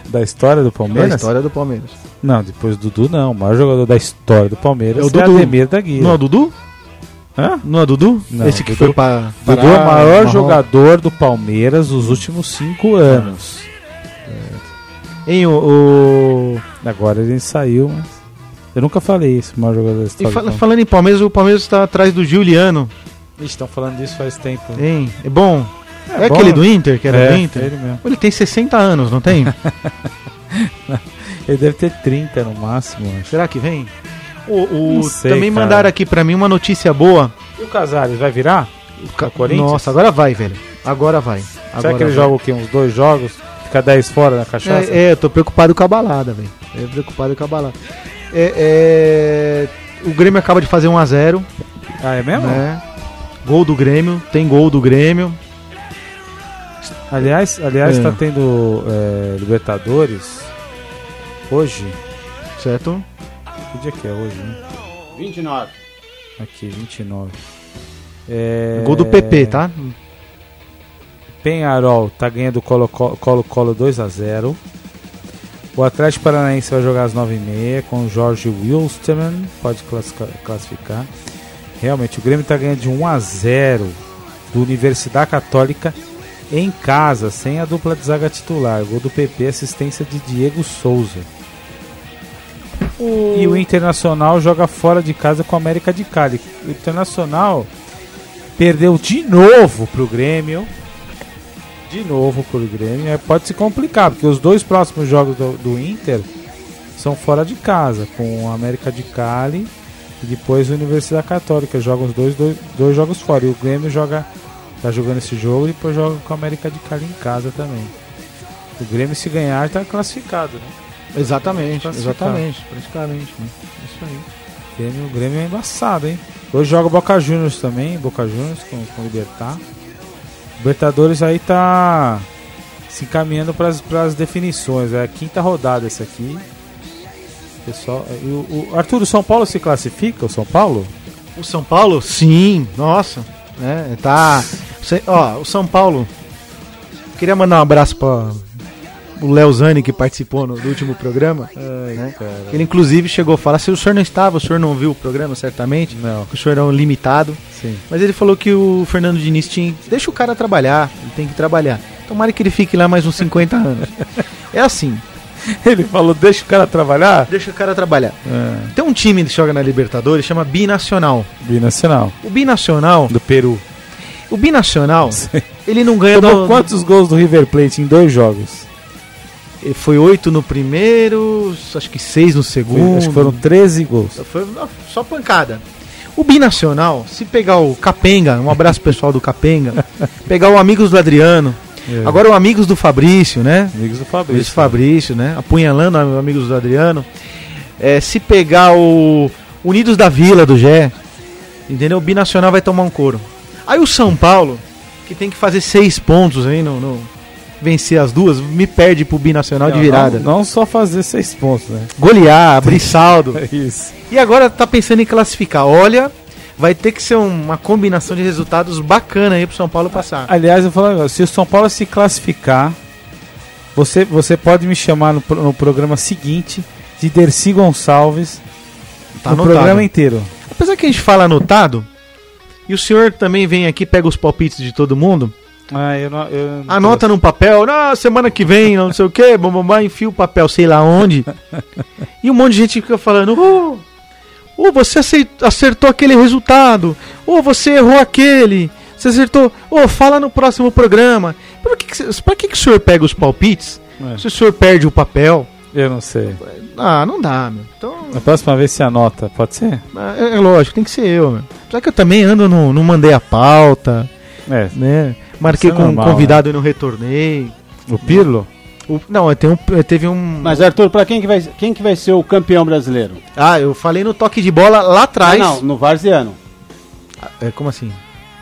Da história do Palmeiras?
do Palmeiras.
Não, depois do Dudu não. O maior jogador da história do Palmeiras
É
é
o
o
Dudu.
Ademir da Guia.
Não é o Dudu?
Hã?
Não é Dudu?
Não,
Esse que
Dudu-
foi pra.
Dudu é
Pará,
o maior
Marrom.
jogador do Palmeiras nos últimos cinco anos.
Hein, o. o-
Agora ele saiu, mas. Eu nunca falei isso, o maior jogador da
E
história.
fala-
então. do Palmeiras.
falando em Palmeiras, o Palmeiras tá atrás do Juliano.
Ixi, estão falando disso faz tempo.
Hein? É bom. É,
bom,
aquele
né?
do Inter, que era
é,
do Inter?
Ele mesmo.
Ele tem 60 anos, não tem?
Ele deve ter 30 no máximo, acho.
Será que vem? O, o-
Não sei,
também
cara.
mandaram aqui pra mim uma notícia boa.
E o Casares vai virar? Ca- Corinthians?
Nossa, agora vai, velho. Agora vai.
Será
Agora
que ele
vai.
joga o quê? Uns dois jogos? Fica 10 fora na cachaça?
É, é, eu tô preocupado com a balada, velho. Eu tô preocupado com a balada. É, é, o Grêmio acaba de fazer 1x0,
Ah, é mesmo?
né? Gol do Grêmio, tem gol do Grêmio.
Aliás, aliás,
É.
tá tendo é, Libertadores hoje.
Certo?
Que dia que é hoje, né?
29.
Aqui, 29. É,
Gol do PP, tá?
Penharol tá ganhando Colo-Colo Colo, Colo 2x0. O Atlético Paranaense vai jogar às 9h30 com o Jorge Wilstermann. Pode classica- classificar. Realmente, o Grêmio tá ganhando de 1x0 do Universidade Católica em casa, sem a dupla de zaga titular. Gol do PP, assistência de Diego Souza. E o Internacional joga fora de casa com o América de Cali. O Internacional perdeu de novo pro Grêmio. De novo pro Grêmio. É, pode se complicar, porque os dois próximos jogos do, do Inter são fora de casa, com a América de Cali e depois a Universidade Católica. Jogam os dois, dois, dois jogos fora. E o Grêmio joga, tá jogando esse jogo e depois joga com a América de Cali em casa também. O Grêmio, se ganhar, está classificado, né?
Exatamente,
Classificar.
exatamente, praticamente. né? Isso aí.
O Grêmio, o Grêmio é embaçado, hein? Hoje joga o Boca Juniors também, Boca Juniors com, com o Libertar. Libertadores aí tá se encaminhando para as definições. É a quinta rodada essa aqui. Pessoal, é, e o, o- Arthur, o São Paulo se classifica? O São Paulo?
O São Paulo? Sim, nossa. né? tá. Cê- ó, o São Paulo. Queria mandar um abraço para o Léo Zani que participou no, do último programa. né? Ele inclusive chegou a falar, se o senhor não estava, o senhor não viu o programa, certamente.
Não,
O senhor era um limitado.
sim.
Mas ele falou que o Fernando Diniz tinha. Deixa o cara trabalhar, ele tem que trabalhar. Tomara que ele fique lá mais uns 50 anos. É assim,
Ele falou, deixa o cara trabalhar?
deixa o cara trabalhar.
É,
Tem um time que joga na Libertadores, chama Binacional.
binacional.
O Binacional,
Do Peru.
o Binacional, ele não ganha
Tomou
do-
quantos gols do River Plate em dois jogos?
Foi oito no primeiro, acho que seis no segundo.
Acho que foram 13 gols.
Foi não, só pancada. O Binacional, se pegar o Capenga, um abraço pro pessoal do Capenga, pegar o Amigos do Adriano,
É.
agora o Amigos do Fabrício, né?
Amigos do
Luiz
Fabrício.
Fabrício, né? Apunhalando a- Amigos do Adriano. É, se pegar o Unidos da Vila do Gé, entendeu? O Binacional vai tomar um couro. Aí o São Paulo, que tem que fazer seis pontos aí, no, no- vencer as duas, me perde pro Binacional de
Não,
virada.
Não, não só fazer seis pontos, né?
Golear, abrir saldo.
É isso.
E agora tá pensando em classificar. Olha, vai ter que ser um, uma combinação de resultados bacana aí pro São Paulo passar.
Aliás, eu falo, agora, se o São Paulo se classificar, você, você pode me chamar no, pro- no programa seguinte de Dercy Gonçalves
Tá
no programa inteiro.
Apesar que a gente fala anotado, e o senhor também vem aqui, pega os palpites de todo mundo,
Ah, eu não, eu não
anota num papel, ah, semana que vem, não sei o quê, bababá, enfia o papel sei lá onde. E um monte de gente fica falando, ô, ô, você acei- acertou aquele resultado, ou você errou aquele, você acertou, ô, fala no próximo programa. Pra que, que, cê- pra que, que o senhor pega os palpites?
É.
Se o senhor perde o papel,
Eu não sei.
ah, não dá, meu. Então,
Na próxima vez se anota, pode ser?
é, é lógico, tem que ser eu, meu. Apesar que eu também ando, no, não mandei a pauta,
É.
né? Marquei
Isso é
com
normal,
um
né?
convidado e não retornei.
O Pirlo?
O- não, eu tenho um- eu teve um.
Mas, Arthur, pra quem que, vai, quem que vai ser o campeão brasileiro? Ah,
Ah, eu falei no toque de bola lá atrás.
Não, não, no Varziano.
É, como assim?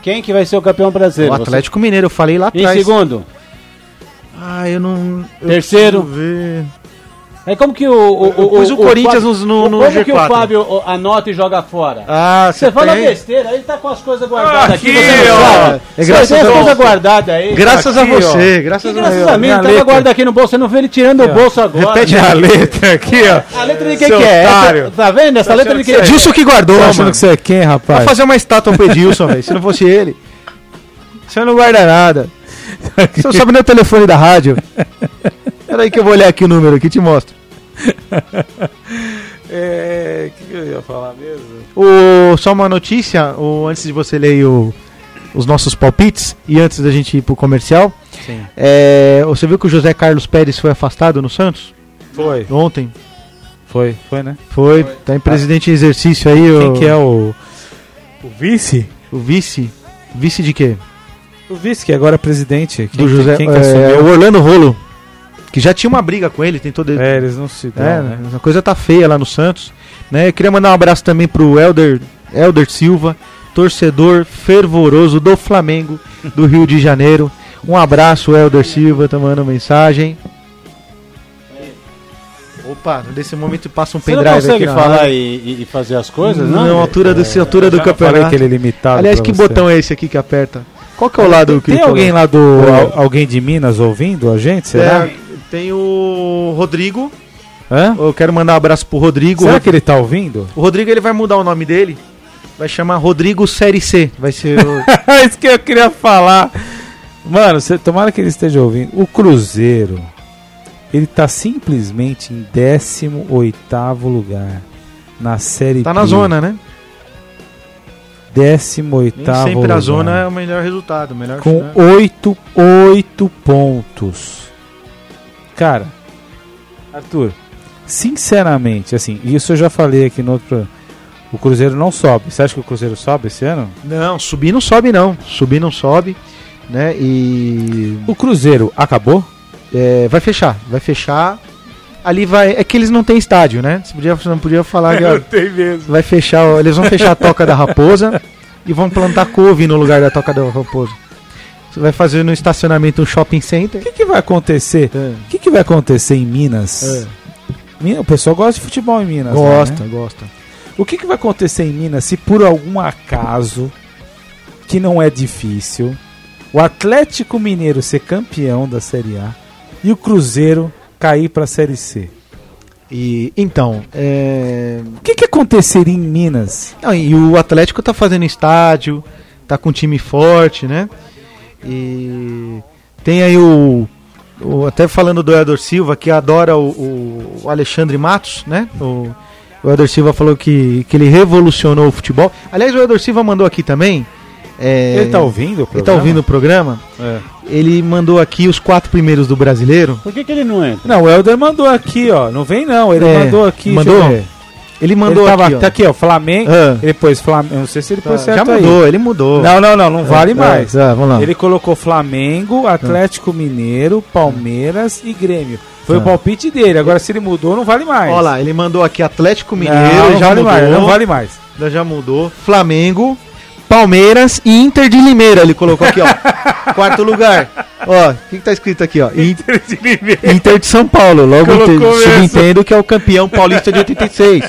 Quem que vai ser o campeão brasileiro?
o
Você-
Atlético Mineiro, eu falei lá
Em
atrás.
segundo.
Ah, eu não. eu
Terceiro.
preciso ver.
É como que o. o,
Eu pus o Corinthians
Fábio-
nos- no- no
Como que o
G4?
Fábio ó, anota e joga fora?
Ah,
Você fala
tem? Ah,
besteira, ele tá com as coisas guardadas aqui.
Aqui,
você não
ó.
fala.
É
Você
graças
tem as
a
coisas
Deus.
guardadas aí.
Graças
Aqui,
a
ó.
você,
Que
graças a
graças a mim, ele
minha
tava
letra.
guardado aqui no bolso, você não vê ele tirando o bolso agora.
Repete a letra aqui, ó.
A letra de quem
seu
que é?
otário.
Essa- Tá vendo? Essa letra de quem é?
Edilson que guardou,
Tá achando
mano.
que você é quem,
Vou
rapaz?
fazer uma estátua pro Edilson, velho. Se não fosse ele. Você não guarda nada. Você não sabe nem o telefone da rádio. Peraí que eu vou olhar aqui o número aqui e te mostro.
É, o que que eu ia falar mesmo?
O, só uma notícia, o, antes de você ler o- os nossos palpites e antes da gente ir pro comercial.
Sim.
É, você viu que o José Carlos Pérez foi afastado no Santos?
Foi.
Ontem.
Foi, foi, né?
Foi, tá em presidente em exercício aí.
Quem
o,
que é o. O vice?
O vice. Vice de quê?
O vice, que agora é presidente. Quem,
Do José.
Quem que
é,
assumiu?
o Orlando Rolo. Que já tinha uma briga com ele, tentou. De...
É, eles não se dão,
É,
né?
a coisa tá feia lá no Santos. Né? Eu queria mandar um abraço também pro Helder, Helder Silva, torcedor fervoroso do Flamengo do Rio de Janeiro. Um abraço, Helder Silva, tá mandando mensagem. Opa, nesse momento passa um
Você não
pendrive
consegue
na
falar
área.
e, e- e fazer as coisas,
não,
não?
altura, desse, altura do
Já não falei
campeonato.
que ele é limitado.
Aliás,
pra
que
você.
botão é esse aqui que aperta? Qual que é o lado que
Tem
ele
alguém
coloca?
lá do. al- alguém de Minas ouvindo a gente? Será?
É, tem o Rodrigo.
Hã?
Eu quero mandar um abraço pro Rodrigo.
Será que ele tá ouvindo?
O Rodrigo ele vai mudar o nome dele. Vai chamar Rodrigo Série C. Vai ser o...
É Isso que eu queria falar. Mano, cê, tomara que ele esteja ouvindo. O Cruzeiro. Ele tá simplesmente em 18 lugar. Na série
tá na
B.
zona, né?
18
Nem sempre
lugar.
a zona é o melhor resultado, o melhor
com
né?
oito oito pontos. Cara, Arthur, Sinceramente, assim, isso eu já falei aqui no outro programa. O Cruzeiro não sobe. Você acha que o Cruzeiro sobe esse ano?
Não, subir não sobe não. Subir não sobe, né? E
O Cruzeiro acabou?
é, vai fechar, vai fechar. Ali vai, é que eles não têm estádio, né? Você podia, você não podia falar que ó,
tem mesmo.
vai fechar, ó, eles vão fechar a toca da raposa e vão plantar couve no lugar da toca da raposa. Você vai fazer no estacionamento um shopping center.
O que, que vai acontecer?
É,
O que, que vai acontecer em Minas? Mina- O pessoal gosta de futebol em Minas. lá, né?
Gosta, gosta.
O que, que vai acontecer em Minas se por algum acaso, que não é difícil, o Atlético Mineiro ser campeão da Série A e o Cruzeiro cair para a Série C?
E então, é,
O que, que aconteceria em Minas?
Não, e o Atlético tá fazendo estádio, tá com um time forte, né? E tem aí o. o- até falando do Helder Silva, que adora o, o- o Alexandre Matos, né? O, o Helder Silva falou que, que ele revolucionou o futebol. Aliás, o Helder Silva mandou aqui também. é,
Ele tá ouvindo o
ele tá
programa?
ouvindo o programa.
É.
Ele mandou aqui os quatro primeiros do brasileiro.
Por que, que ele não entra?
Não, o Helder mandou aqui, ó. Não vem não, ele
É,
mandou aqui. deixa
mandou?
eu ver.
Ele
Mandou
mandou
ele tava,
aqui. ó.
Tá aqui, ó. Flamengo.
Ah,
Ele pôs Flamengo. Eu não sei se ele
tá,
pôs certo
já
aí.
mudou, ele mudou.
Não, não, não, não vale
É,
mais.
é, vamos lá.
Ele colocou Flamengo, Atlético Mineiro, Palmeiras e Grêmio. Foi
Tá.
o palpite dele. Agora, se ele mudou, não vale mais. Ah,
Olha lá, ele mandou aqui Atlético
É Não,
Mineiro,
não
já
vale
mudou.
mais, não vale mais.
Ainda Já mudou. Flamengo, Palmeiras e Inter de Limeira. Ele colocou aqui, ó. Quarto lugar. Ó, o que, que tá escrito aqui, ó? Inter de Limeira. Inter de São Paulo. Logo
Colocou
te- subentendo que é o campeão paulista de 86.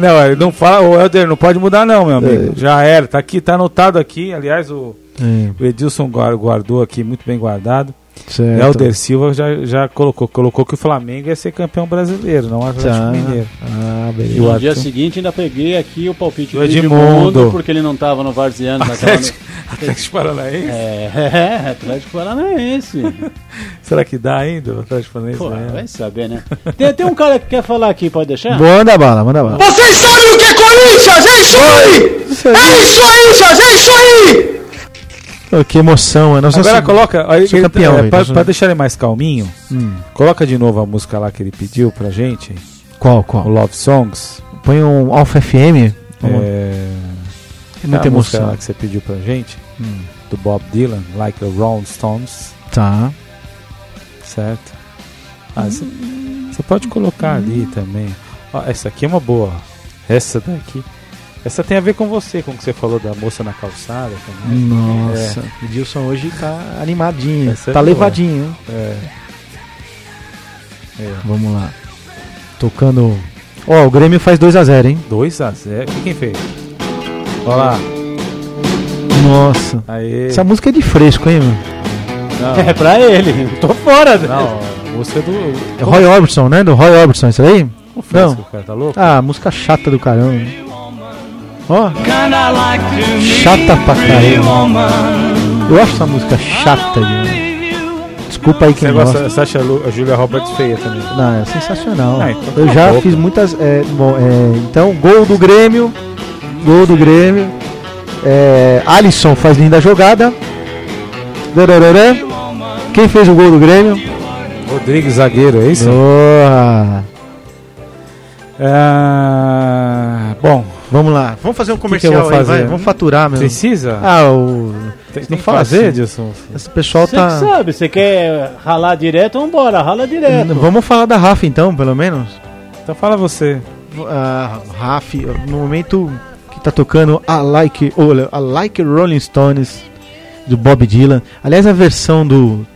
Não, ele não fala, o Helder, não pode mudar não, meu amigo. Já era, tá aqui, tá anotado aqui. Aliás, o, o Edilson guar- guardou aqui, muito bem guardado.
certo.
Helder Silva já, já colocou, colocou que o Flamengo ia ser campeão brasileiro, não o Atlético
Tá.
Mineiro.
Ah,
E
beleza.
o
No dia
Atlético,
seguinte ainda peguei aqui o palpite
Do Edmundo.
porque ele não tava no Varziano naquela noite.
Atlético, Atlético Paranaense?
É, Atlético Paranaense.
Será que dá ainda o Atlético Paranaense?
Pô,
ganhar?
é
vai saber, né? Tem, tem um cara que quer falar aqui, pode deixar?
Manda bala, manda bala.
Vocês sabem o que é Corinthians? É isso aí! É isso aí, Jorge! É isso aí!
Ô, que emoção, é nossa
Agora
se-
coloca, aí,
sou
ele-
campeão,
é,
velho,
pra,
nós-
pra deixar ele mais calminho,
Hum.
coloca de novo a música lá que ele pediu pra gente,
Qual,
o
qual?
Love Songs.
Põe um Alpha FM. Vamos-
É,
muita
a música
emoção. Hum.
lá que você pediu pra gente, do Bob Dylan, Like the Rolling Stones,
Tá.
certo? Ah, Você você pode colocar ali também. Ó, essa aqui é uma boa. ó. Essa daqui. Essa tem a ver com você, com o que você falou da moça na calçada também.
Hum. Nossa, o Dilson hoje tá animadinho.
Essa é
tá
boa.
levadinho, hein?
É,
Vamos lá. Tocando. Ó, o Grêmio faz 2x0, hein?
2x0. Quem fez? Olha lá.
Nossa.
Aê.
Essa música é de fresco, hein, mano?
É pra ele. Eu tô fora. né?
Não, a música é do.
É Roy Orbison, né? Do Roy Orbison, isso aí?
Confesso, cara, tá louco?
Ah, música chata do caramba. né? Ó. Chata pra caramba. Eu acho essa música chata, gente. Desculpa aí
Você
quem gosta.
gosta da Sasha Lu, a Julia Roberts feia também.
Não, é sensacional.
Ah, então
Eu
cala a
já
boca.
fiz muitas. é, bom, é, então, gol do Grêmio. Gol do Grêmio. É, Alisson faz linda jogada. Darararã. Quem fez o gol do Grêmio?
Rodrigo zagueiro, é isso?
Boa.
Ah, bom,
Vamos lá. Vamos fazer um
que eu
comercial
vou
aí,
fazer?
vai. Vamos faturar, meu.
precisa?
Ah, o.
tem,
não
que
fala
fazer,
assim.
Edilson.
Esse pessoal
Você que
tá.
sabe, você quer ralar direto, vambora, rala direto.
Vamos falar da Rafa então, pelo menos.
Então fala você.
a Ah, Raf, no momento que tá tocando a Like, olha, a Like Rolling Stones do Bob Dylan. Aliás, a versão do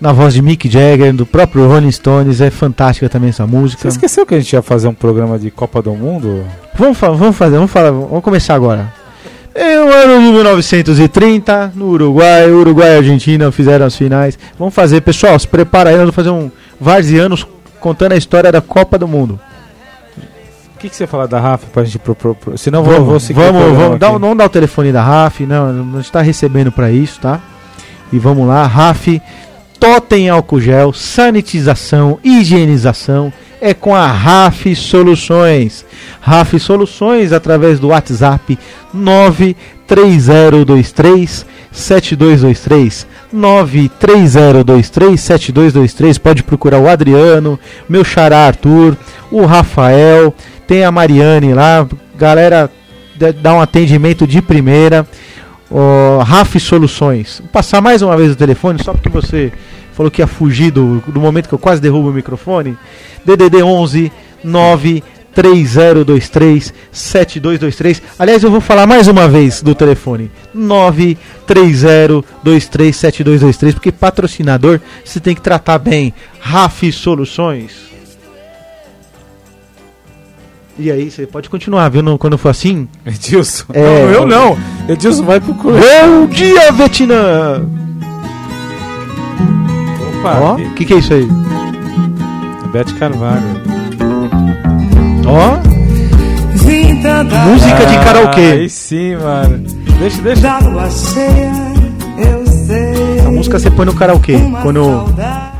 na voz de Mick Jagger, do próprio Rolling Stones, é fantástica também essa música.
Você esqueceu que a gente ia fazer um programa de Copa do Mundo?
Vamos, fa- vamos fazer, vamos falar, vamos começar agora. É o ano de 1930, no Uruguai, Uruguai e Argentina fizeram as finais. Vamos fazer, pessoal, se prepara aí, nós vamos fazer um Varzianos contando a história da Copa do Mundo.
O que, que você fala da Rafa pra gente pro, pro, pro- Senão vou,
Vamos,
vou
vamos,
seguir. o
vamos,
programa
Dá, o-
aqui.
não dá o telefone da RAF, não, a gente tá recebendo para isso, tá? E vamos lá, RAF, totem álcool gel, sanitização, higienização, é com a RAF Soluções. RAF Soluções através do WhatsApp 93023 7223 930237223. Pode procurar o Adriano, meu xará Arthur, o Rafael, tem a Mariane lá. Galera, dá- dá um atendimento de primeira. Ó, RAF Soluções. Vou passar mais uma vez o telefone, só porque você falou que ia fugir do, do momento que eu quase derrubo o microfone. DDD 11 9 3023 7223. Aliás, eu vou falar mais uma vez do telefone. 930237223, porque patrocinador você tem que tratar bem. RAF Soluções. E aí, você pode continuar, viu? Não- Quando for assim.
Edilson.
É.
Não, eu não. Edilson vai pro cu.
Bom dia, Vietnã! Ó,
Opa,
o que, que é isso aí?
Beth Carvalho.
Ó, música de
Ah,
karaokê.
Aí sim, mano. Deixa, deixa.
Água cheia, eu sei.
A música você põe no karaokê. Quando
saudade.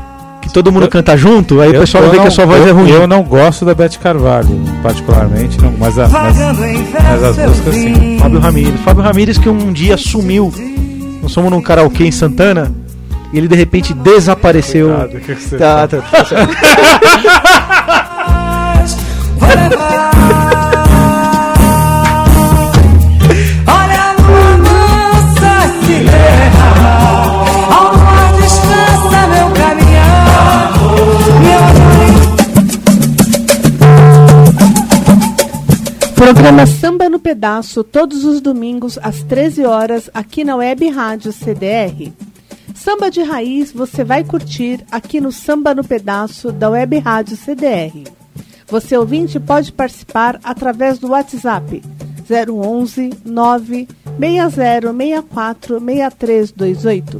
que todo mundo canta junto, aí o pessoal vê que a sua voz
eu,
é ruim.
Eu não gosto da Beth Carvalho, particularmente, não, mas, a, mas
Vagando em
mas as
verso eu
músicas, sim.
vim.
Fábio Ramírez. Fábio Ramírez que um dia sumiu. Nós fomos num karaokê em Santana e ele de repente desapareceu.
Cuidado, que você-
Tá, tá, tá certo.
Vou levar. Olha a lua mansa se derramar. Ao mar descansa meu caminhar. Meu amor
Programa Samba no Pedaço, todos os domingos às 13 horas, aqui na Web Rádio CDR. Samba de raiz você vai curtir aqui no Samba no Pedaço da Web Rádio CDR. Você ouvinte pode participar através do WhatsApp 011 96064 6328.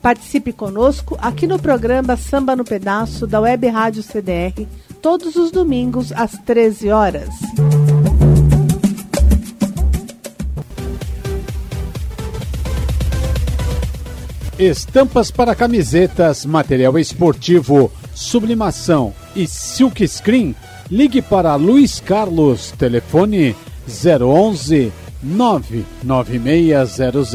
Participe conosco aqui no programa Samba no Pedaço da Web Rádio CDR, todos os domingos às 13 horas.
Estampas para camisetas, material esportivo, sublimação e silk screen. Ligue para Luiz Carlos, telefone 011 99600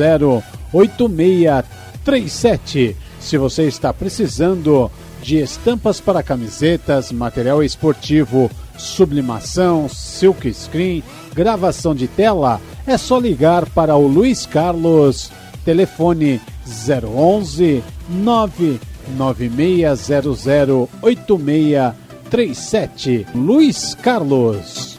8637. Se você está precisando de estampas para camisetas, material esportivo, sublimação, silk screen, gravação de tela, é só ligar para o Luiz Carlos Telefone 011 99600 8637. Luiz Carlos.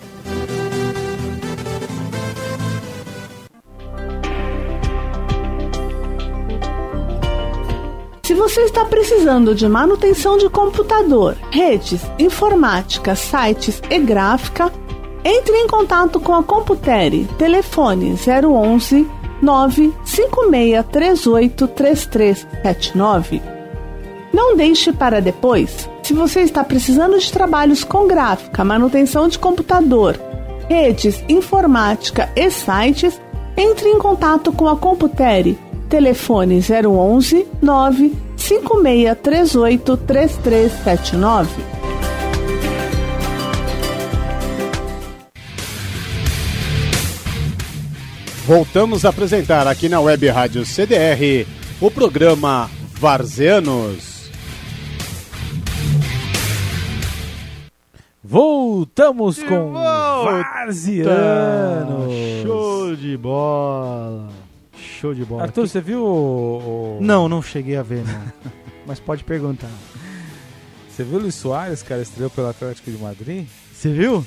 Se você está precisando de manutenção de computador, redes, informática, sites e gráfica, entre em contato com a Computere, telefone 011 95638 3379. Não deixe para depois. Se você está precisando de trabalhos com gráfica, manutenção de computador, redes, informática e sites, entre em contato com a Computere. Telefone 011 95638 3379.
Voltamos a apresentar aqui na Web Rádio CDR o programa Varzeanos.
Voltamos com Varziano.
Show de bola. Show de bola.
Arthur, você viu o, o-
Não, não cheguei a ver, não. Mas pode perguntar.
Você viu o Luiz Soares, cara, estreou pelo Atlético de Madrid?
Você viu?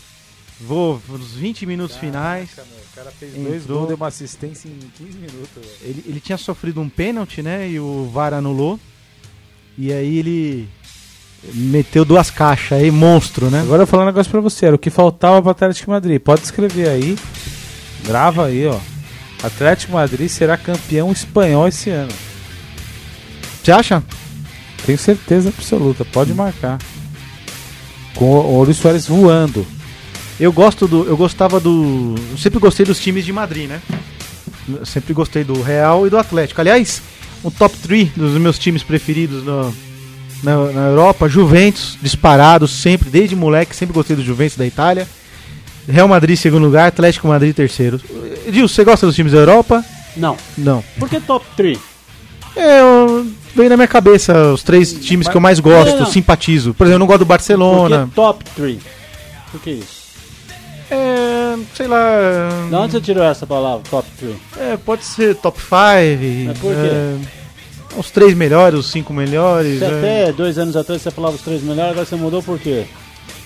Vou nos 20 minutos finais.
Cara, o cara fez dois
Entrou.
gols, deu uma assistência em 15 minutos. velho.
Ele, ele tinha sofrido um pênalti, né? E o VAR anulou. E aí ele meteu duas caixas aí, monstro, né?
Agora eu vou falar um negócio pra você, era o que faltava pro Atlético de Madrid. Pode escrever aí, grava aí, ó. Atlético de Madrid será campeão espanhol esse ano.
Você acha?
Tenho certeza absoluta, pode marcar. Com o o Luiz Soares voando.
Eu gosto do. Eu gostava do. Eu sempre gostei dos times de Madrid, né? Eu sempre gostei do Real e do Atlético. Aliás, o top 3 dos meus times preferidos no- na, na Europa, Juventus, disparado, sempre, desde moleque, sempre gostei do Juventus da Itália. Real Madrid, segundo lugar, Atlético Madrid, terceiro. Edil, você gosta dos times da Europa?
Não,
Não.
por que top 3?
É, eu- vem na minha cabeça os três times que eu mais gosto,
Não, não.
simpatizo. Por exemplo, eu não gosto do
Porque
Barcelona.
top 3. Por que isso?
É, sei lá.
Da
Hum.
onde você tirou essa palavra, top 3?
É, pode ser top 5.
Mas por
é, os três melhores, os cinco melhores.
Você
é.
até dois anos atrás você falava os três melhores, agora você mudou por quê?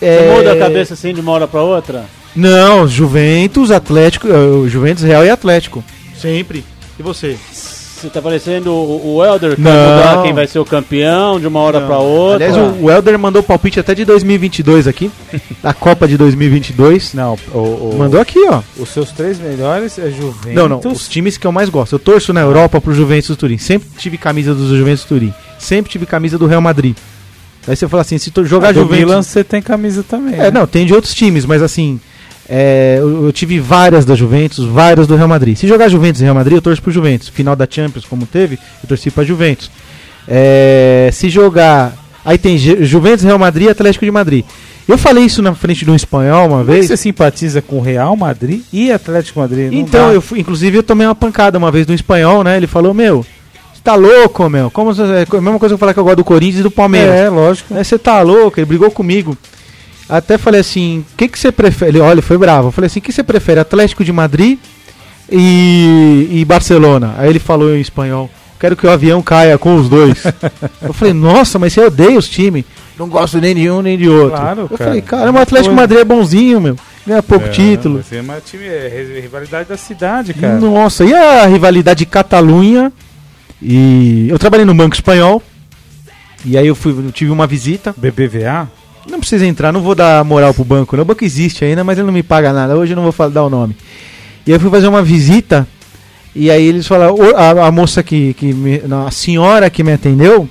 É,
Você muda a cabeça assim de uma hora pra outra?
Não, Juventus, Atlético, eh, o Juventus Real e Atlético. Sempre. E você?
Você tá parecendo o, o Elder que vai
Não.
mudar quem vai ser o campeão de uma hora pra outra.
Aliás, o, o Helder mandou palpite até de 2022 aqui. da Copa de 2022.
Não, o, o-
Mandou aqui, ó.
os seus três melhores é Juventus.
Não, não. Os times que eu mais gosto. Eu torço na Europa pro Juventus Turim. Sempre tive camisa do Juventus Turim. Sempre tive camisa do Real Madrid. Aí você fala assim, se tu jogar
Ah, do
Juventus...
Milan você tem camisa também. né?
É, não, tem de outros times, mas assim... é, eu, eu tive várias da Juventus, várias do Real Madrid. Se jogar Juventus e Real Madrid, eu torço pro Juventus. Final da Champions, como teve, eu torci pra Juventus. É, se jogar... Aí tem Ju- Juventus, Real Madrid e Atlético de Madrid. Eu falei isso na frente de um espanhol uma
Por que
vez.
você simpatiza com Real Madrid e Atlético Madrid? Não
Então,
dá.
eu fui, inclusive eu tomei uma pancada uma vez do espanhol, né? Ele falou, meu, você tá louco, meu. Como você, é a mesma coisa que eu falar que eu gosto do Corinthians e do Palmeiras.
É, lógico.
Aí Você tá louco, ele brigou comigo. Até falei assim, o que, que você prefere? Ele, olha, ele foi bravo. Eu falei assim, o que você prefere, Atlético de Madrid e, e Barcelona? Aí ele falou em espanhol, quero que o avião caia com os dois. eu falei, nossa, mas você odeia os times. Não gosto nem de um nem de outro.
Claro,
eu
cara.
falei, cara, o Atlético de
Coisa.
Madrid é bonzinho, meu. Ganha pouco
É,
título.
mas É, uma time, é ri- rivalidade da cidade, cara.
Nossa, e a rivalidade Catalunha? E eu trabalhei no Banco Espanhol. E aí eu fui, eu tive uma visita.
BBVA?
Não precisa entrar, não vou dar moral pro banco, não. O banco existe ainda, mas ele não me paga nada. Hoje eu não vou fa- dar o nome. E aí eu fui fazer uma visita. E aí eles falaram, "Ô, a, a moça que, que me, não, a senhora que me atendeu,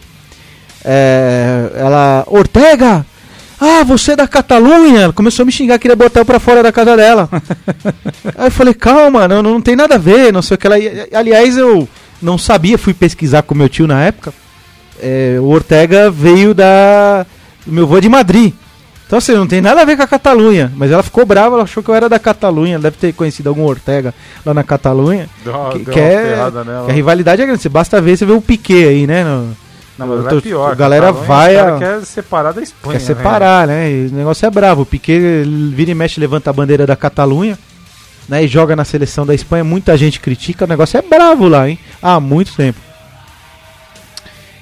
é, ela, Ortega, ah, você é da Catalunha? Ela começou a me xingar, queria botar eu pra fora da casa dela. Aí eu falei, calma, não, não tem nada a ver, não sei o que. Ela, aliás, eu não sabia, fui pesquisar com meu tio na época. É, o Ortega veio da. O meu avô é de Madrid. Então, assim, não tem nada a ver com a Catalunha. Mas ela ficou brava, ela achou que eu era da Catalunha. Deve ter conhecido algum Ortega lá na Catalunha.
Dó-
que,
Ah, deu
que
uma
é-
ferrada nela.
que a rivalidade é grande. Você basta ver, você vê o Piquet aí, né? no-
Não, mas
Eu
lá
tô-
é pior.
a galera
Catalunha,
vai
os cara
a-
quer separar da Espanha.
Quer separar, né? E o negócio é bravo. O Piquet ele vira e mexe, levanta a bandeira da Catalunha, né? E joga na seleção da Espanha. Muita gente critica. O negócio é bravo lá, hein? Há muito tempo.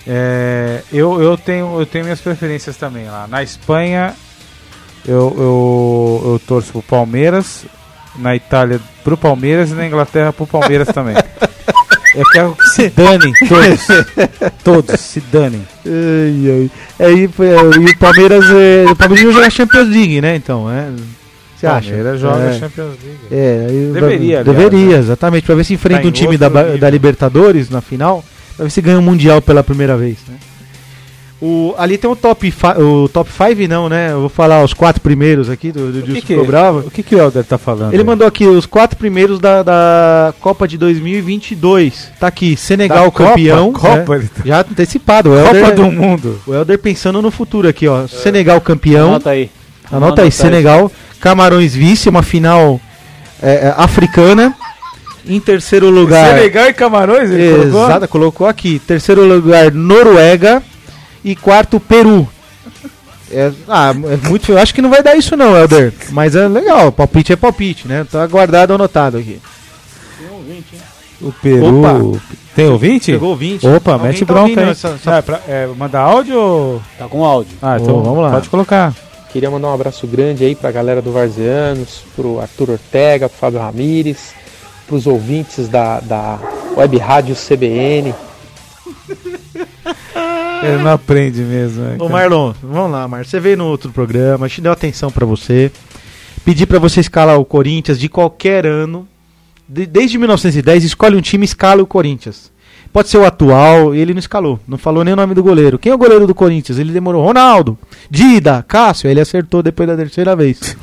É, eu, eu, tenho, eu tenho minhas preferências também lá. Na Espanha, eu, eu, eu torço pro Palmeiras. Na Itália, pro Palmeiras. E na Inglaterra, pro Palmeiras também. Eu quero que se danem todos. Todos se danem.
Ai, ai. Aí, foi- e o Palmeiras. é, o Palmeiras joga Champions League, né? Então, é. Você acha?
Palmeiras joga
é.
Champions League.
É, aí o-
Deveria, aliás, né?
deveria, exatamente. Pra ver se enfrenta
Tá em
um time
outro
da, Ba-
nível.
da Libertadores na final, pra ver se ganha o Mundial pela primeira vez, né? O, ali tem o top 5, o top 5 não, né? Eu vou falar os quatro primeiros aqui do, do
O que
Dilson
que- é?
Bravo.
O que, que o Helder tá falando?
Ele mandou aqui os quatro primeiros da, da Copa de 2022. Tá aqui,
Da
Senegal
Copa,
campeão.
Copa,
né?
ele tá-
Já antecipado, o
Copa
Helder,
do É. Mundo.
o Helder pensando no futuro aqui, ó. Senegal campeão.
Tá
Anota aí.
Anota aí, Senegal, Camarões vice, uma final é, é, africana. Em terceiro lugar,
Senegal e Camarões, ele colocou?
exato, colocou aqui. Terceiro lugar, Noruega e quarto, Peru. É, ah, é muito, eu acho que não vai dar isso não, Helder. Mas é legal, palpite é palpite, né? Tá guardado, anotado aqui.
O Peru. Tem ouvinte?
Pegou 20.
Opa,
Alguém
mete
tá
bronca
ouvindo
aí.
essa- essa-
Ah, é pra- é, mandar áudio ou...
Tá com áudio.
Ah, então
Ô,
vamos lá. Pode colocar.
Queria mandar um abraço grande aí pra galera do Varzianos, pro Arthur Ortega, pro Fábio Ramires, pros ouvintes da, da Web Rádio CBN.
Ele não aprende mesmo. né,
Ô
cara?
Marlon, vamos lá, Marlon. Você veio no outro programa, a gente deu atenção pra você. Pedi pra você escalar o Corinthians de qualquer ano. De- desde 1910, escolhe um time e escala o Corinthians. Pode ser o atual, e ele não escalou, não falou nem o nome do goleiro. Quem é o goleiro do Corinthians? Ele demorou. Ronaldo, Dida, Cássio, aí ele acertou depois da terceira vez.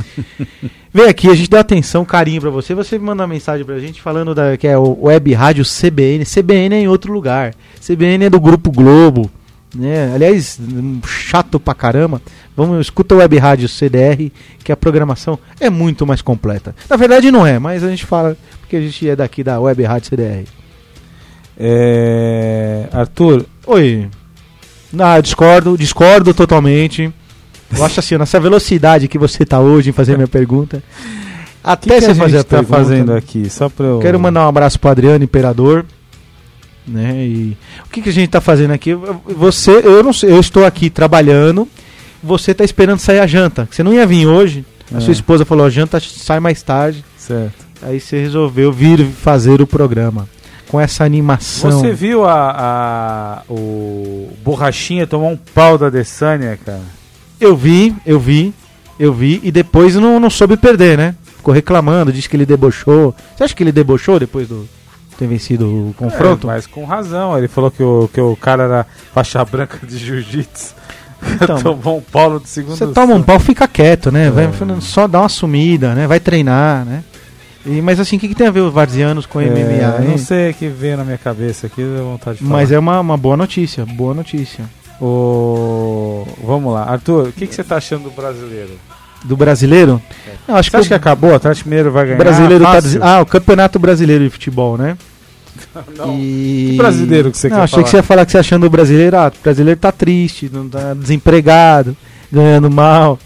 Vem aqui, a gente dá atenção, carinho pra você. Você manda uma mensagem pra gente falando da, que é o Web Rádio CBN. CBN é em outro lugar. CBN é do Grupo Globo. Né? Aliás, hum, chato pra caramba. Vamos, escuta o Web Rádio CDR, que a programação é muito mais completa. Na verdade não é, mas a gente fala porque a gente é daqui da Web Rádio CDR.
É, Arthur.
Oi. Ah, eu discordo, discordo totalmente. Eu acho assim, nessa velocidade que você tá hoje em fazer minha pergunta. Até
que
você
a
é fazer
gente
a
tá
pergunta, né?
fazendo aqui? Só pra eu-
Quero mandar um abraço pro Adriano Imperador. Né? E o que, que a gente tá fazendo aqui? Você, eu não sei, eu estou aqui trabalhando. Você tá esperando sair a janta. que Você não ia vir hoje. A
É.
sua esposa falou: a janta sai mais tarde.
Certo.
Aí você resolveu vir fazer o programa com essa animação.
Você viu a, a- o Borrachinha tomar um pau da Adesanya, cara?
Eu vi, eu vi, eu vi, e depois não, não soube perder, né? Ficou reclamando, disse que ele debochou. Você acha que ele debochou depois do ter vencido o confronto?
É, mas com razão. Ele falou que o, que o cara era faixa branca de jiu-jitsu.
Então,
Tomou um pau do segundo
Você toma um pau, fica quieto, né? Vai
É.
só dá uma sumida, né? Vai treinar, né? E, mas assim, o que, que tem a ver os varzianos com
É,
MMA?
eu
hein?
não sei o que veio na minha cabeça aqui, deu vontade de falar.
Mas é uma, uma boa notícia, boa notícia.
é- O... Vamos lá, Arthur, o que, que você tá achando do brasileiro?
Do brasileiro? Eu acho
É. Você acha que acabou? O Atlético Mineiro vai
o
ganhar?
brasileiro tá.
Fácil?
des- Ah, o Campeonato Brasileiro de Futebol, né?
Não.
E...
Que brasileiro que você
não,
quer
achei
falar?
que você ia falar que você achando o brasileiro, ah, o brasileiro tá triste, não tá desempregado, ganhando mal,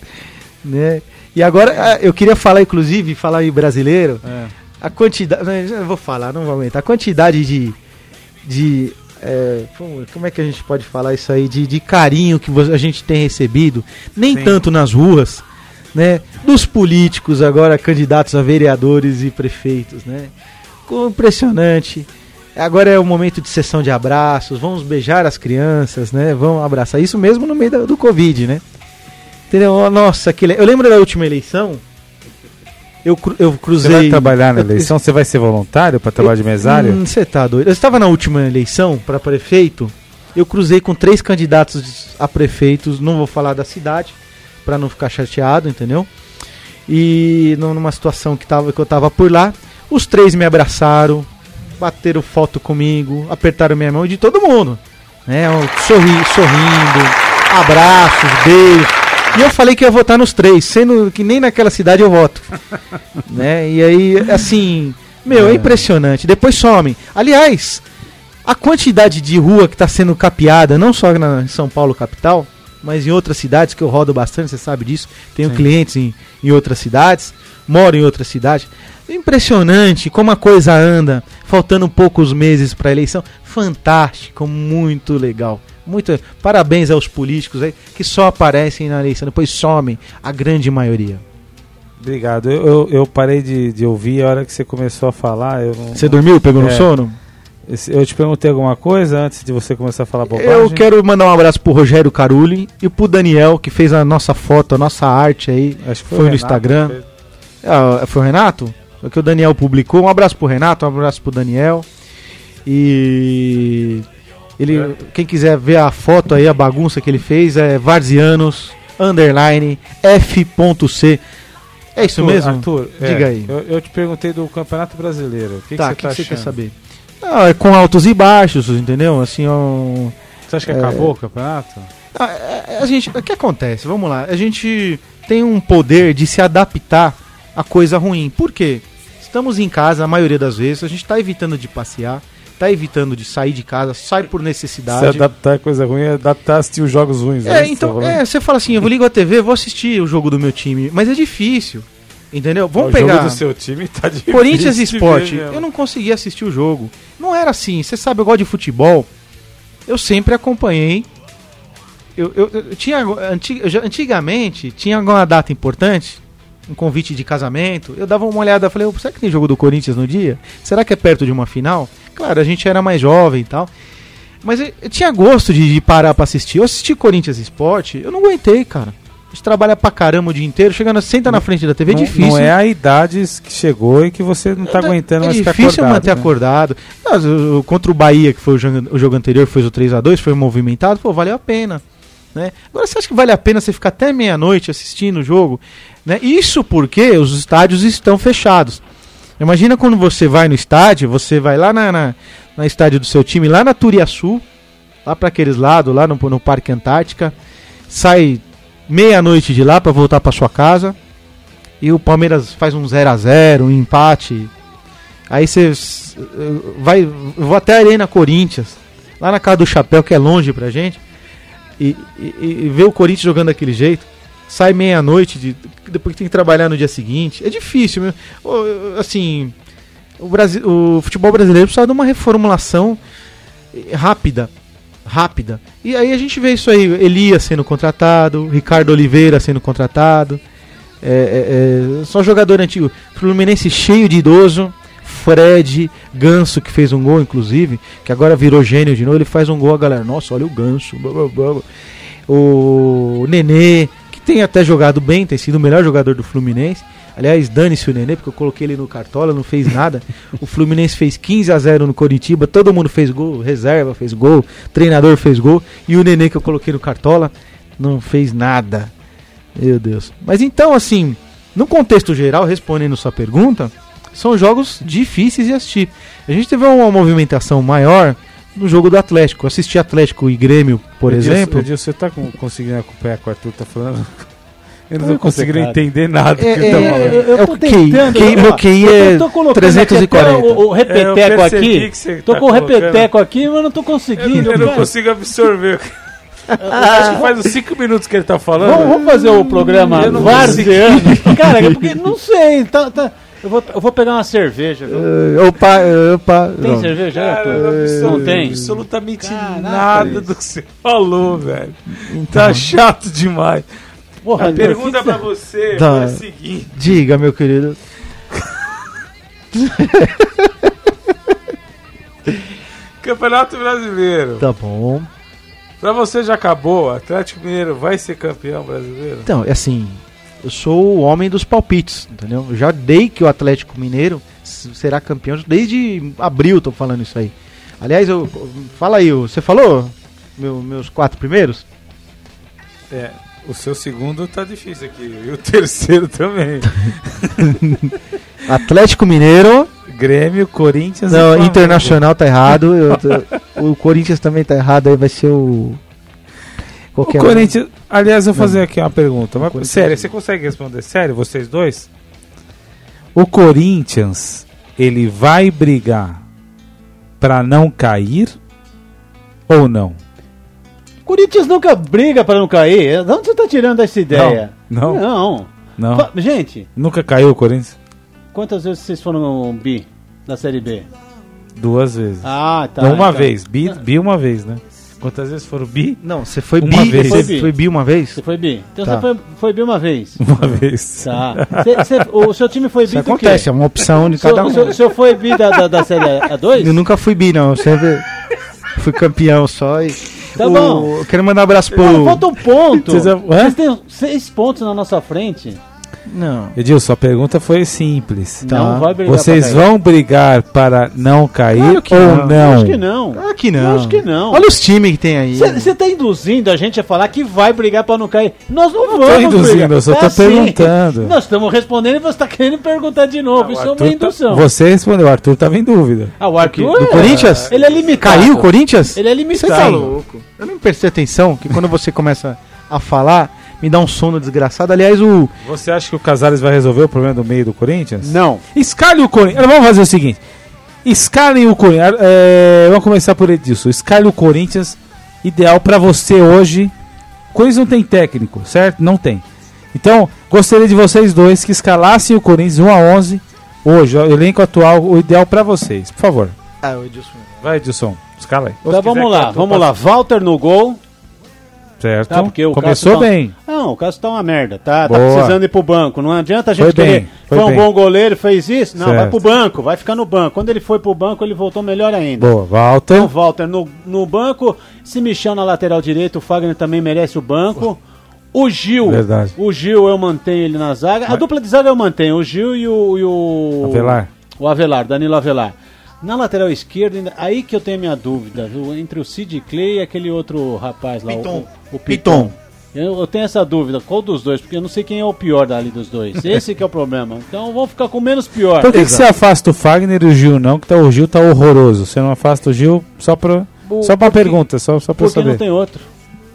né? E agora ah, eu queria falar, inclusive, falar em brasileiro,
É.
a quantidade, não, eu já vou falar, não vou aumentar, a quantidade de, de é, como- como é que a gente pode falar isso aí, de, de carinho que vo- a gente tem recebido, nem
Sim.
tanto nas ruas, né? Dos políticos agora, candidatos a vereadores e prefeitos, né? Ficou impressionante. Agora é o momento de sessão de abraços, vamos beijar as crianças, né? Vamos abraçar. Isso mesmo no meio da- do Covid, né? Entendeu? Ó, Nossa, que le... Eu lembro da última eleição, eu, cru- eu
Você
cruzei...
vai trabalhar na
eu-
eleição? Você vai ser voluntário para trabalhar de mesário?
Hum, Você tá doido. Eu estava na última eleição para prefeito. Eu cruzei com três candidatos a prefeitos. Não vou falar da cidade para não ficar chateado, entendeu? E nu- numa situação que, tava, que eu tava por lá, os três me abraçaram, bateram foto comigo, apertaram minha mão e de todo mundo. Né? Eu sorri, sorrindo, abraços, beijos. E eu falei que ia votar nos três, sendo que nem naquela cidade eu voto. né? E aí, assim, meu, é. impressionante. Depois some. Aliás, a quantidade de rua que está sendo capeada, não só na em São Paulo capital, mas em outras cidades que eu rodo bastante, você sabe disso. Tenho
Sim.
clientes em, em outras cidades, moro em outras cidades. Impressionante como a coisa anda, faltando poucos meses para a eleição. Fantástico, muito legal. Muito parabéns aos políticos aí que só aparecem na eleição, depois somem a grande maioria.
Obrigado. Eu, eu, eu parei de, de ouvir a hora que você começou a falar. Eu não-
Você dormiu, pegou no
É.
sono?
Esse- Eu te perguntei alguma coisa antes de você começar a falar bobagem?
Eu quero mandar um abraço pro Rogério Carulli e pro Daniel, que fez a nossa foto, a nossa arte aí.
Acho que
foi no
o Renato
Instagram.
que fez.
Ah, foi o Renato? É que o Daniel publicou. Um abraço pro Renato, um abraço pro Daniel. E. Ele,
É.
quem quiser ver a foto aí, a bagunça que ele fez, é Varzianos, underline, f.c. É isso
Arthur,
mesmo?
Arthur,
Diga
é,
aí.
Eu, eu te perguntei do Campeonato Brasileiro. O que,
tá, o
que
que, que você
você tá
quer
achando?
saber? Ah, é com altos e baixos, entendeu? Assim, é um,
Você acha que
É.
acabou o campeonato?
Ah, é- é- A gente, o que acontece? Vamos lá. A gente tem um poder de se adaptar a coisa ruim. Por quê? Estamos em casa a maioria das vezes, a gente está evitando de passear, está evitando de sair de casa, sai por
Se
necessidade.
adaptar é coisa ruim, é adaptar a assistir os jogos ruins.
É,
isso que você
então,
tá falando?
é, você fala assim, eu vou ligar a TV, vou assistir o jogo do meu time, mas é difícil. Entendeu? Vamos
É, o
pegar
jogo do seu time tá difícil.
Corinthians
de
e Sport.
ver né? mesmo.
Eu não consegui assistir o jogo. Não era assim, você sabe, eu gosto de futebol. Eu sempre acompanhei eu, eu, eu tinha anti- eu já- antigamente tinha alguma data importante, um convite de casamento. Eu dava uma olhada, falei, "Ô, será que tem jogo do Corinthians no dia? Será que é perto de uma final? Claro, a gente era mais jovem e tal. Mas eu, eu tinha gosto de, de parar pra assistir. Eu assisti Corinthians Esporte, eu não aguentei, cara. A gente trabalha pra caramba o dia inteiro, chegando, senta na frente da TV, é
Não-
difícil.
Não é a idade que chegou e que você não tá
É
aguentando mais ficar
difícil
acordado.
manter
né?
acordado. Mas, o- o- contra o Bahia, que foi o jogo, o jogo anterior, que foi o 3x2, foi movimentado, pô, valeu a pena. Né? Agora, você acha que vale a pena você ficar até meia-noite assistindo o jogo? Né? Isso porque os estádios estão fechados. Imagina quando você vai no estádio, você vai lá na, na, na estádio do seu time, lá na Turiaçu, lá para aqueles lados, lá no, no Parque Antártica, sai meia-noite de lá para voltar para sua casa, e o Palmeiras faz um 0 a 0 um empate, Aí você eu- vai, eu vou até a Arena Corinthians, lá na casa do Chapéu, que é longe pra gente, e, e- e ver o Corinthians jogando daquele jeito, sai meia-noite, de- depois que tem que trabalhar no dia seguinte, é difícil, meu. Ô, eu- Assim, o, Brasi- o futebol brasileiro precisa de uma reformulação eh, rápida. Rápida. E aí a gente vê isso aí, Elias sendo contratado, Ricardo Oliveira sendo contratado. é, é, é, só jogador antigo. Fluminense cheio de idoso. Fred, Ganso, que fez um gol, inclusive, que agora virou gênio de novo, ele faz um gol, a galera, nossa, olha o Ganso, blá, blá, blá, blá. o Nenê, que tem até jogado bem, tem sido o melhor jogador do Fluminense, aliás, dane-se o Nenê, porque eu coloquei ele no cartola, não fez nada, o Fluminense fez 15 a 0 no Coritiba, todo mundo fez gol, reserva fez gol, treinador fez gol, e o Nenê que eu coloquei no cartola, não fez nada, meu Deus. Mas então, assim, no contexto geral, respondendo sua pergunta, são jogos difíceis de assistir. A gente teve uma movimentação maior no jogo do Atlético. Eu assisti Atlético e Grêmio, por
Edilson-
exemplo.
Edilson, você tá com- conseguindo acompanhar o que o Arthur tá falando? Eu não
Tá
tô conseguindo
complicado.
entender nada
É,
do que ele tá
é,
falando.
é, é o QI. QI,
ó,
meu QI é
eu tô colocando aqui até
340.
O, o
É, eu
repeteco
percebi
aqui.
que você
Tô
tá
com o
colocando.
repeteco aqui, mas não tô conseguindo.
Eu não
cara.
consigo absorver. Eu acho que faz uns 5 minutos que ele tá falando.
Vamos, vamos fazer o programa
Eu não
Varzeano. Cara, é porque não sei. tá- tá- eu, vou, eu vou pegar uma cerveja. viu?
Eh, opa, eh, opa.
Tem
não.
cerveja?
Cara,
Arthur?
eu não absorvo
não tem.
absolutamente nada do que você falou, velho. Tá chato demais.
Porra,
A pergunta pra você
Tá.
foi a seguinte.
Diga, meu querido.
Campeonato Brasileiro.
Tá bom.
Pra você já acabou, Atlético Mineiro vai ser campeão brasileiro?
Então, é assim, eu sou o homem dos palpites, entendeu? Eu já dei que o Atlético Mineiro s- será campeão desde abril, tô falando isso aí. Aliás, eu, fala aí, você falou meu- meus quatro primeiros?
É, o seu segundo tá difícil aqui. E o terceiro também.
Atlético Mineiro,
Grêmio, Corinthians e
não,
Flamengo.
Internacional tá errado, eu tô- o Corinthians também tá errado, aí vai ser o...
O
Qualquer
Corinthians. Aliás, eu vou fazer aqui uma pergunta. Mas,
Corinthians-
sério, você consegue responder? Sério, vocês dois? O Corinthians, ele vai brigar pra não cair ou não?
Corinthians nunca briga pra não cair. De onde você tá tirando essa ideia?
Não, não,
Não.
não.
Fa- Gente,
Nunca caiu o Corinthians?
quantas vezes vocês foram no bi da Série B?
Duas vezes.
Ah, tá. Tá.
não, uma
então.
vez. Bi, bi uma vez, né? Quantas vezes foram bi?
um. Não, você foi
Uma
bi,
vez.
Foi
você
bi.
foi bi uma vez?
Você foi bi. Então
Tá.
você foi, foi bi uma vez.
Uma vez.
Tá. Cê- cê- o seu time foi bi
Isso
do quê?
acontece, é uma opção de
Seu-
cada um.
seu- seu foi bi da, da, da Série A2?
Eu nunca fui bi, não, eu sempre fui campeão só e...
Tá
O-
bom.
eu Quero mandar um abraço pro...
Pô, falta um ponto.
Vocês-
Vocês têm seis pontos na nossa frente.
Não.
Edilson, a pergunta foi simples.
Tá. Não vai brigar
Vocês
pra cair.
vão brigar para não cair
Claro que
Eu
não.
ou não?
Acho que não.
Claro que
Eu
não.
acho que não.
Olha os times que tem aí.
Você tá induzindo a gente a falar que vai brigar pra não cair. Nós não vamos.
tô induzindo,
brigar.
eu só
É
tô perguntando.
Nós estamos respondendo e você tá querendo perguntar de novo. Isso é
Arthur
uma
tá-
indução.
Você respondeu, o Arthur estava em dúvida.
Ah, o Arthur.
Do
é-
Corinthians?
Ele é limitado.
Caiu o Corinthians?
Ele é
Você
limitado.
tá louco. Eu não prestei atenção que quando você começa a falar, me dá um sono desgraçado. Aliás, o.
Você acha que o Casares vai resolver o problema do meio do Corinthians?
Não.
Escalhe o Corinthians. Vamos fazer o seguinte: escalem o Corinthians. É, vamos começar por Edilson. Escalhe o Corinthians. Ideal pra você hoje. Corinthians não tem técnico, certo? Não tem. Então, gostaria de vocês dois que escalassem o Corinthians 1 a 11 hoje, ó, elenco atual, o ideal pra vocês. Por favor.
Ah, o Edilson.
Vai, Edilson. Escala aí. Ou
é Tá,
se
vamos
quiser que
lá,
eu tô
vamos lá. Walter no gol.
passando. Certo.
Tá, porque o
Começou
Cássio tá-
bem.
Não, o caso tá uma merda, tá? Tá
Boa.
precisando ir pro banco. Não adianta a gente
Foi bem,
querer. Foi,
foi
um
bem.
bom goleiro, fez isso. Não, vai
Certo.
pro banco, vai ficar no banco. Quando ele foi pro banco, ele voltou melhor ainda.
Boa, Walter.
Então, Walter no, no banco, se Michel na lateral direita, o Fagner também merece o banco. O Gil,
Verdade.
o Gil eu mantenho ele na zaga. A dupla de zaga eu mantenho, o Gil e o. E o
Avelar.
O Avelar, Danilo Avelar. Na lateral esquerda, ainda- aí que eu tenho a minha dúvida, viu? entre o Sid Clay e aquele outro rapaz lá, o-
Piton.
o, o Piton. Eu, eu tenho essa dúvida, qual dos dois? Porque eu não sei quem é o pior dali dos dois. Esse que é o problema. Então vamos ficar com o menos pior.
Por que, que você afasta Então, o Fagner e o Gil não? Que tá, o Gil tá horroroso. Você não afasta o Gil só pra,
O-
só pra
porque-
pergunta, só, só pra
Porque
saber.
não tem outro.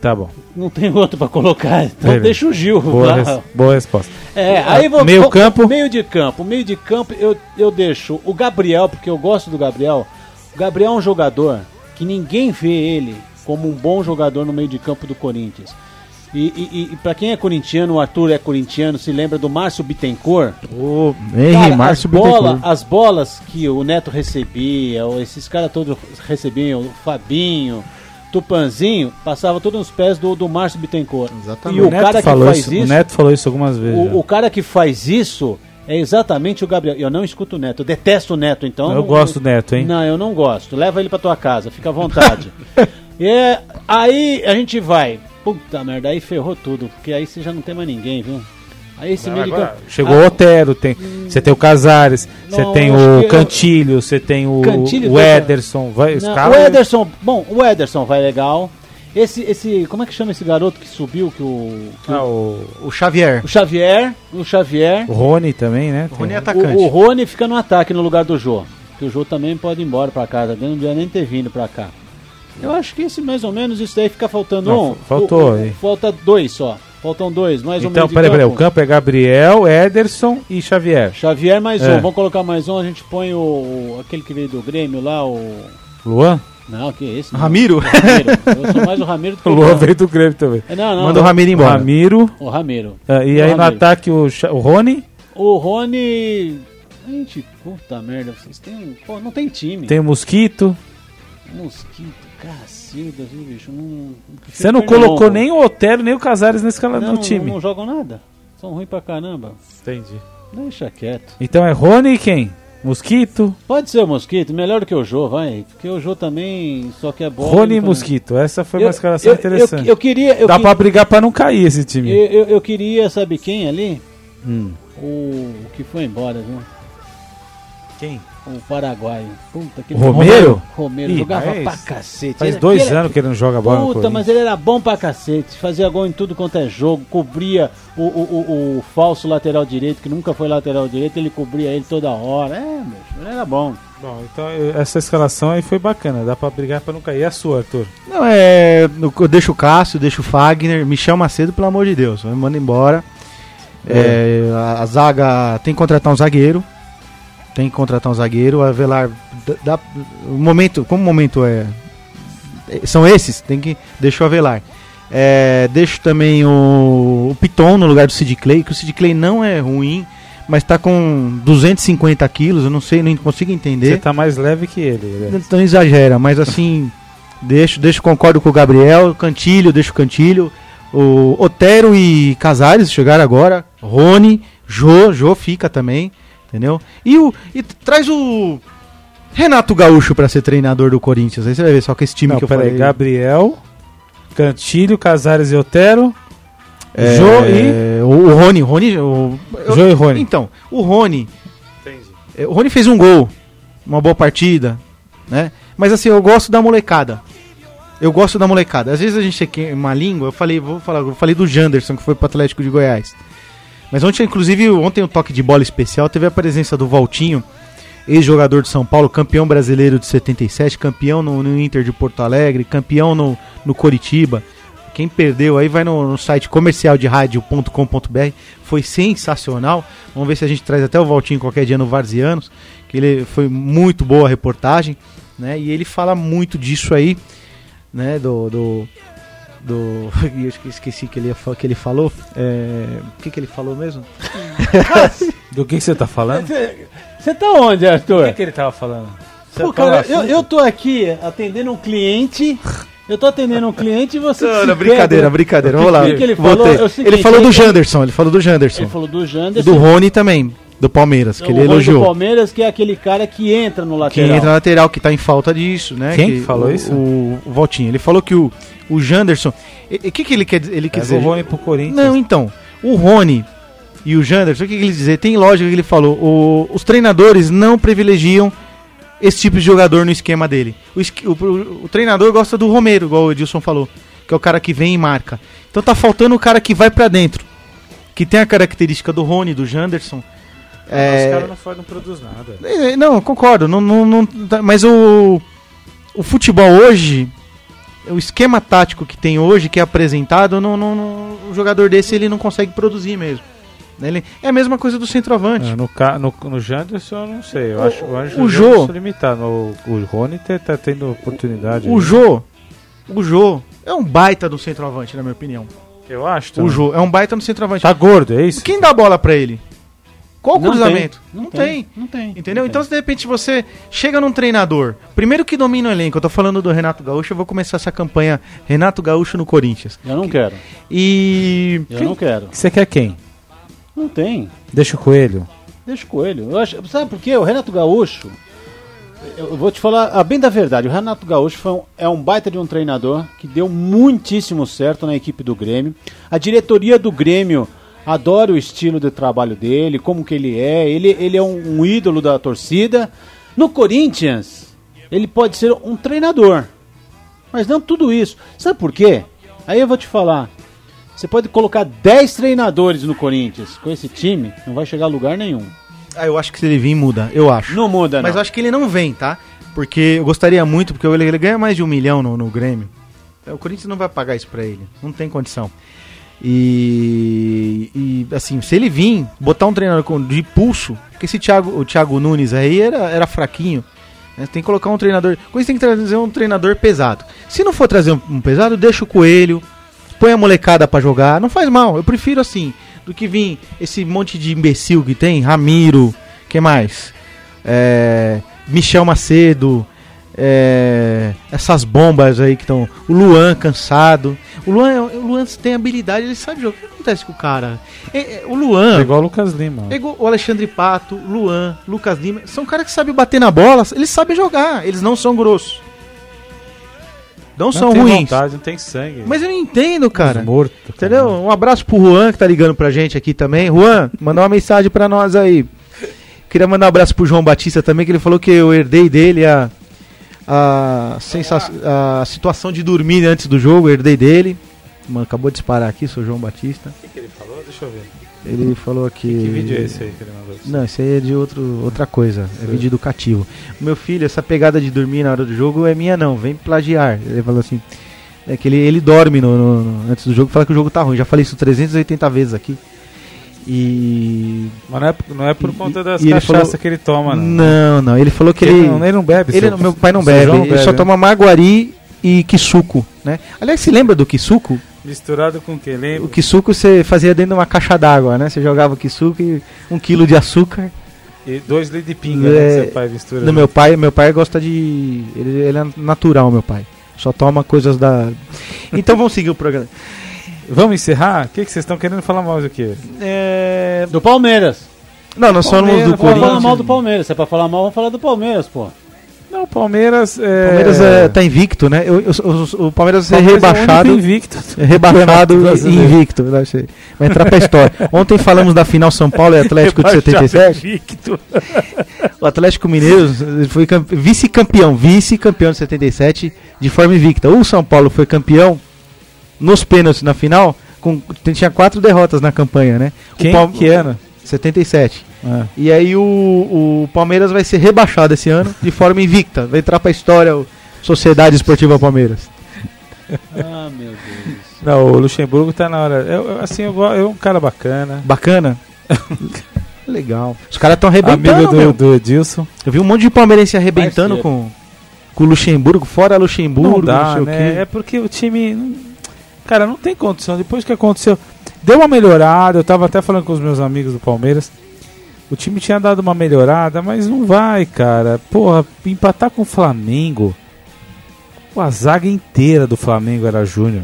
Tá bom.
Não tem outro pra colocar, então
Beleza.
deixa o Gil.
Boa,
lá.
res- boa resposta.
É,
Ah,
aí vou,
meio
vou-
campo?
Meio de campo. Meio de campo eu, eu deixo o Gabriel, porque eu gosto do Gabriel. O Gabriel é um jogador que ninguém vê ele como um bom jogador no meio de campo do Corinthians. E, e, e- e pra quem é corintiano, o Arthur é corintiano, se lembra do Márcio Bittencourt?
O
Henry Márcio
as, bola,
Bittencourt.
as bolas que o Neto recebia, ou esses caras todos recebiam, o Fabinho, Tupanzinho, passava todos nos pés do, do Márcio Bittencourt.
O,
E o,
Neto
cara que
falou
faz
isso,
isso
o Neto falou isso algumas vezes. já.
o, o cara que faz isso é exatamente o Gabriel. Eu não escuto o Neto, eu detesto o Neto, então.
Eu gosto do Neto, hein?
Não, eu não gosto. Leva ele pra tua casa, fica à vontade. é, aí a gente vai. Puta merda, aí ferrou tudo, porque aí você já não tem mais ninguém, viu? Aí esse meio de
Agora,
campo-
Chegou o Otero, tem, você tem o Casares, você
Não,
tem
acho que
o
eu-
Cantilho, você tem o,
Cantilho
o
dois-
Ederson. Vai, os
né, Não,
caras-
O Ederson, bom, o Ederson vai legal. Esse, esse, como é que chama esse garoto que subiu que o, que
Ah,
o,
o,
O Xavier.
o Xavier, o Xavier,
o Rony também, né?
O Rony é
Tem-
atacante.
O, o Rony fica no ataque no lugar do Jô. Que o Jô também pode ir embora pra casa. Ele não devia nem ter vindo pra cá. Eu acho que esse mais ou menos isso daí fica faltando
Não,
um.
fa- faltou,
O- o-
hein?
falta dois só. Faltam dois, mais ou menos.
Então,
de
peraí, peraí. O
campo.
campo é Gabriel, Ederson e Xavier.
Xavier mais
É.
um. Vamos colocar mais um. A gente põe o, o- aquele que veio do Grêmio lá, o.
Luan?
Não, que é esse? não.
Ramiro?
Ramiro. Eu sou mais o Ramiro do que
O
o
Luan
Luan.
veio do Grêmio também.
É, Não, não.
Manda o
não.
Ramiro embora.
Ramiro.
O Ramiro.
ah, e
O
aí no
Ramiro.
ataque o, Xa- o Rony.
O Rony. Gente, puta merda. Vocês têm. Pô, não tem time.
Tem o Mosquito.
Mosquito, cacilda, viu, bicho? Não,
Você não colocou nem o Otero, nem o Casares nesse escala
não,
no time.
Não, jogam nada. São ruins pra caramba.
Entendi.
Deixa quieto.
Então é Rony e quem? Mosquito.
Pode ser o Mosquito, melhor do que o Jô, vai. Porque o Jô também só quer bola.
Rony
ele
e
tá-
Mosquito. Essa foi
Eu-
uma escalação
eu-
interessante.
Eu, eu queria. Eu,
Dá
que-
pra brigar pra não cair esse time.
eu, eu- eu queria, sabe quem ali?
Hum.
O, o que foi embora, viu?
Quem?
O Paraguai. Puta que
Romero?
Romero
Ih,
jogava
mas
pra cacete.
Faz
Ele-
dois
ele era-
anos que ele não joga bola no
Puta, mas
Corinthians.
ele era bom pra cacete. Fazia gol em tudo quanto é jogo. Cobria o, o, o, o falso lateral direito, que nunca foi lateral direito. Ele cobria ele toda hora. É, bicho, ele era bom.
Bom, então eu- essa escalação aí foi bacana. Dá pra brigar pra não cair. E a sua, Arthur?
Não, é. Eu eu deixo o Cássio, deixo o Fagner, Michel Macedo, pelo amor de Deus, me manda embora. É, a, a zaga tem que contratar um zagueiro. Tem que contratar um zagueiro. O Avelar. Dá, dá- o momento, como o momento é. é, São esses, tem que deixar o Avelar. É, deixo também o, o Piton no lugar do Sid Clay, que o Sid Clay não é ruim, mas tá com 250 quilos, eu não sei, não consigo entender.
Você tá mais leve que ele. Né?
Então exagera, mas assim, deixo, deixo, concordo com o Gabriel, Cantilho, deixo o Cantilho, o Otero e Casares chegaram agora, Rony, Jô, Jô fica também, entendeu? E, o, e t- traz o Renato Gaúcho pra ser treinador do Corinthians, aí você vai ver só que esse time
Não,
que eu
peraí.
falei.
Gabriel, Cantilho, Casares e Otero.
É,
Jô e...
o, o Rony, Rony, o, eu-
Jô e Rony.
Então, o Rony. É, O Rony fez um gol, uma boa partida, né? Mas assim, eu gosto da molecada. Eu gosto da molecada. Às vezes a gente quer uma língua, eu falei, vou falar, eu falei do Janderson, que foi pro Atlético de Goiás. Mas ontem, inclusive, ontem o toque de bola especial teve a presença do Valtinho, ex-jogador de São Paulo, campeão brasileiro de 77, campeão no, no Inter de Porto Alegre, campeão no, no Coritiba. Quem perdeu aí vai no, no site comercialderádio.com.br. Foi sensacional. Vamos ver se a gente traz até o Valtinho qualquer dia no Varzianos, que ele foi muito boa a reportagem, né? E ele fala muito disso aí, né? Do. do do eu esque- esqueci que ele ia fa- que ele falou É, o que que ele falou mesmo
Do que que você tá falando? O
Você tá onde, Arthur?
que, que ele tava falando? Você
Pô,
tá falando
cara,
assim?
eu, eu tô aqui atendendo um cliente. Eu tô atendendo um cliente e você.
Não,
se
não, brincadeira,
perde.
brincadeira.
O que-
Vamos lá.
o que que ele
voltei.
falou é o seguinte,
ele falou do
ele-
Janderson, ele falou do Janderson.
Ele falou do
E
Janderson.
do Rony também, do Palmeiras, que
o
ele
Rony do
elogiou.
Palmeiras, que é aquele cara que entra no
Que
lateral.
entra na lateral, que tá em falta disso, né?
Quem que falou
o-
isso?
O, o Valtinho. Ele falou que o, o Janderson. O que, que ele quer, dizer- ele quer
Pega
dizer?
o Rony pro Corinthians.
Não, então. O Rony e o Janderson, o que, que ele dizer? Tem lógica que ele falou. o- os treinadores não privilegiam esse tipo de jogador no esquema dele. O, esqui- o- o- o treinador gosta do Romero, igual o Edilson falou, que é o cara que vem e marca. Então tá faltando o cara que vai pra dentro, que tem a característica do Rony, do Janderson.
Ah, Os
É,
caras não, faz- não produz nada.
é, Não, eu concordo. Não, não, não- tá- mas o, o futebol hoje o esquema tático que tem hoje, que é apresentado, não, não- não- o jogador desse ele não consegue produzir mesmo. Né, ele- é a mesma coisa do centroavante.
É, No, ca- no, no Janderson, eu não sei. Eu
O-
acho, eu acho
o Jô-
Janderson limitado. O, o Rony tá, tá tendo
É,
oportunidade.
O
aí.
Jô, o Jô é um baita do centroavante, na minha opinião.
Eu acho.
O
também.
Jô é um baita no centroavante.
Tá gordo, é isso?
Quem dá a bola pra ele? Qual o
Não
cruzamento?
tem, não tem,
Não tem. Entendeu? então, se de repente você chega num treinador, primeiro que domina o elenco, eu tô falando do Renato Gaúcho, eu vou começar essa campanha Renato Gaúcho no Corinthians.
Eu não quero.
E.
Eu não quero.
Você quer quem?
Não tem.
Deixa o coelho.
Deixa o coelho. Eu acho- sabe por quê? O Renato Gaúcho. Eu eu vou te falar a bem da verdade. O Renato Gaúcho foi um- é um baita de um treinador que deu muitíssimo certo na equipe do Grêmio. A diretoria do Grêmio adora o estilo de trabalho dele, como que ele é. Ele, ele é um, um ídolo da torcida. No Corinthians, ele pode ser um treinador. Mas não tudo isso. Sabe por quê? Aí eu vou te falar. Você pode colocar 10 treinadores no Corinthians. Com esse time, não vai chegar a lugar nenhum.
Ah, eu acho que se ele vir, muda. Eu acho.
Não muda, não.
Mas eu acho que ele não vem, tá? Porque eu gostaria muito, porque ele, ele ganha mais de um milhão no, no Grêmio. O Corinthians não vai pagar isso pra ele. Não tem condição. E, e, assim, se ele vir, botar um treinador com- de pulso, porque esse Thiago, o Thiago Nunes aí era, era fraquinho. né? Tem que colocar um treinador. Com isso tem que trazer um treinador pesado. Se não for trazer um, um pesado, deixa o coelho, põe a molecada pra jogar. Não faz mal. Eu prefiro assim do que vir esse monte de imbecil que tem, Ramiro, que mais? É, Michel Macedo, é, essas bombas aí que estão. O Luan cansado. O Luan, o Luan tem habilidade, ele sabe jogar. O que acontece com o cara? É, é, o Luan.
É igual o Lucas Lima.
É igual o Alexandre Pato, Luan, Lucas Lima, são caras que sabem bater na bola, eles sabem jogar, eles não são grossos. Não,
Não
são
tem
ruins.
vontade, não tem sangue.
Mas eu não entendo, cara.
Morto.
É. Entendeu? Um abraço pro Juan que tá ligando pra gente aqui também. Juan, mandar uma mensagem pra nós aí. Queria mandar um abraço pro João Batista também, que ele falou que eu herdei dele a, a, sensa- a situação de dormir né, antes do jogo, eu herdei dele. Mano, acabou de disparar aqui, sou o João Batista.
O que, ele falou? Deixa eu ver.
Ele falou aqui.
Que vídeo é esse aí que ele mandou?
Não, isso aí é de outro, outra coisa. É vídeo educativo. Meu filho, essa pegada de dormir na hora do jogo é minha não, vem plagiar. Ele falou assim. É que ele, ele dorme no, no- no- antes do jogo fala que o jogo tá ruim. Já falei isso 380 vezes aqui. E.
Mas não é, não é por conta das
e ele
cachaças
falou-
que ele toma, não.
Não, não. Ele falou que ele.
não, ele não bebe.
ele
seu-
não- meu pai não
seu
bebe,
João
ele só
né?
toma maguari e quisuco, né? Aliás, se lembra do quisuco?
Misturado com o que? Lembra?
O quisuco você fazia dentro de uma caixa d'água, né? Você jogava o quisuco e um quilo de açúcar.
E dois litros de pinga, né, que
É,
seu pai mistura.
Do meu pai, meu pai gosta de. Ele, ele é natural, meu pai. Só toma coisas da. Então vamos seguir o programa.
Vamos encerrar? O que que vocês estão querendo falar mais do quê?
É...
Do Palmeiras.
Não, nós falamos do
Palmeiras,
Vamos falar
Corinthians.
mal do Palmeiras. Se é pra falar mal, vamos falar do Palmeiras, pô.
Não, o Palmeiras é...
O Palmeiras é, tá invicto, né? Eu- eu- eu- o Palmeiras vai ser
Palmeiras é o único
rebaixado.
invicto.
rebaixado
Campeonato
e
brasileiro.
invicto. né? Achei. Vai entrar pra história. Ontem falamos da final São Paulo e Atlético de 77.
Invicto.
O Atlético Mineiro foi campe- vice-campeão, vice-campeão de 77 de forma invicta. O São Paulo foi campeão nos pênaltis na final, com, tinha quatro derrotas na campanha, né?
Quem?
O Palme-
Que ano?
77.
Ah,
E aí o, o Palmeiras vai ser rebaixado esse ano de forma invicta. Vai entrar pra história o Sociedade Esportiva Palmeiras.
Ah, meu Deus.
Não, o Luxemburgo tá na hora. Eu, eu- assim, eu, go- eu é um cara bacana.
Bacana? Legal. Os caras estão
Amigo
arrebentando,
do,
meu.
do Edilson.
Eu vi um monte de palmeirense arrebentando
Parceiro.
com, com o Luxemburgo, fora Luxemburgo,
não dá,
sei o
né?
quê.
É porque o time. não- Cara, não tem condição. Depois que aconteceu. Deu uma melhorada. Eu tava até falando com os meus amigos do Palmeiras. O time tinha dado uma melhorada, mas não vai, cara. Porra, empatar com o Flamengo. Pô, A zaga inteira do Flamengo era Júnior.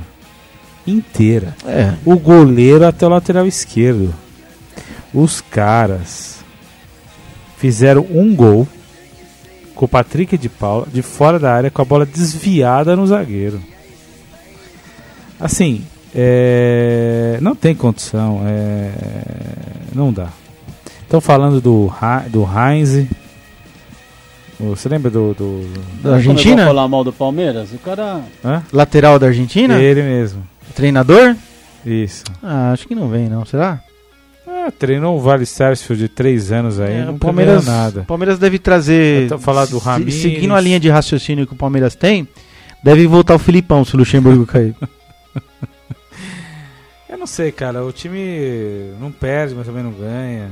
Inteira.
É.
O goleiro até o lateral esquerdo. Os caras fizeram um gol com o Patrick de Paula de fora da área com a bola desviada no zagueiro. Assim, é, não tem condição, é, não dá. Estão falando do, Ra- do Heinz. Você lembra do. do-
Da
Como eu vou
Argentina?
falar mal do Palmeiras? O cara.
hã?
Lateral da Argentina?
Ele mesmo.
Treinador?
Isso.
Ah, acho que não vem, não. Será?
Ah, treinou o Vale Sarsfield de três anos aí,
É,
não
o Palmeiras,
ganhou nada.
Palmeiras deve trazer.
Eu tô falando do
se-
Ramires.
Seguindo a linha de raciocínio que o Palmeiras tem, Deve voltar o Filipão se o Luxemburgo cair.
Eu não sei, cara. O time não perde, mas também não ganha.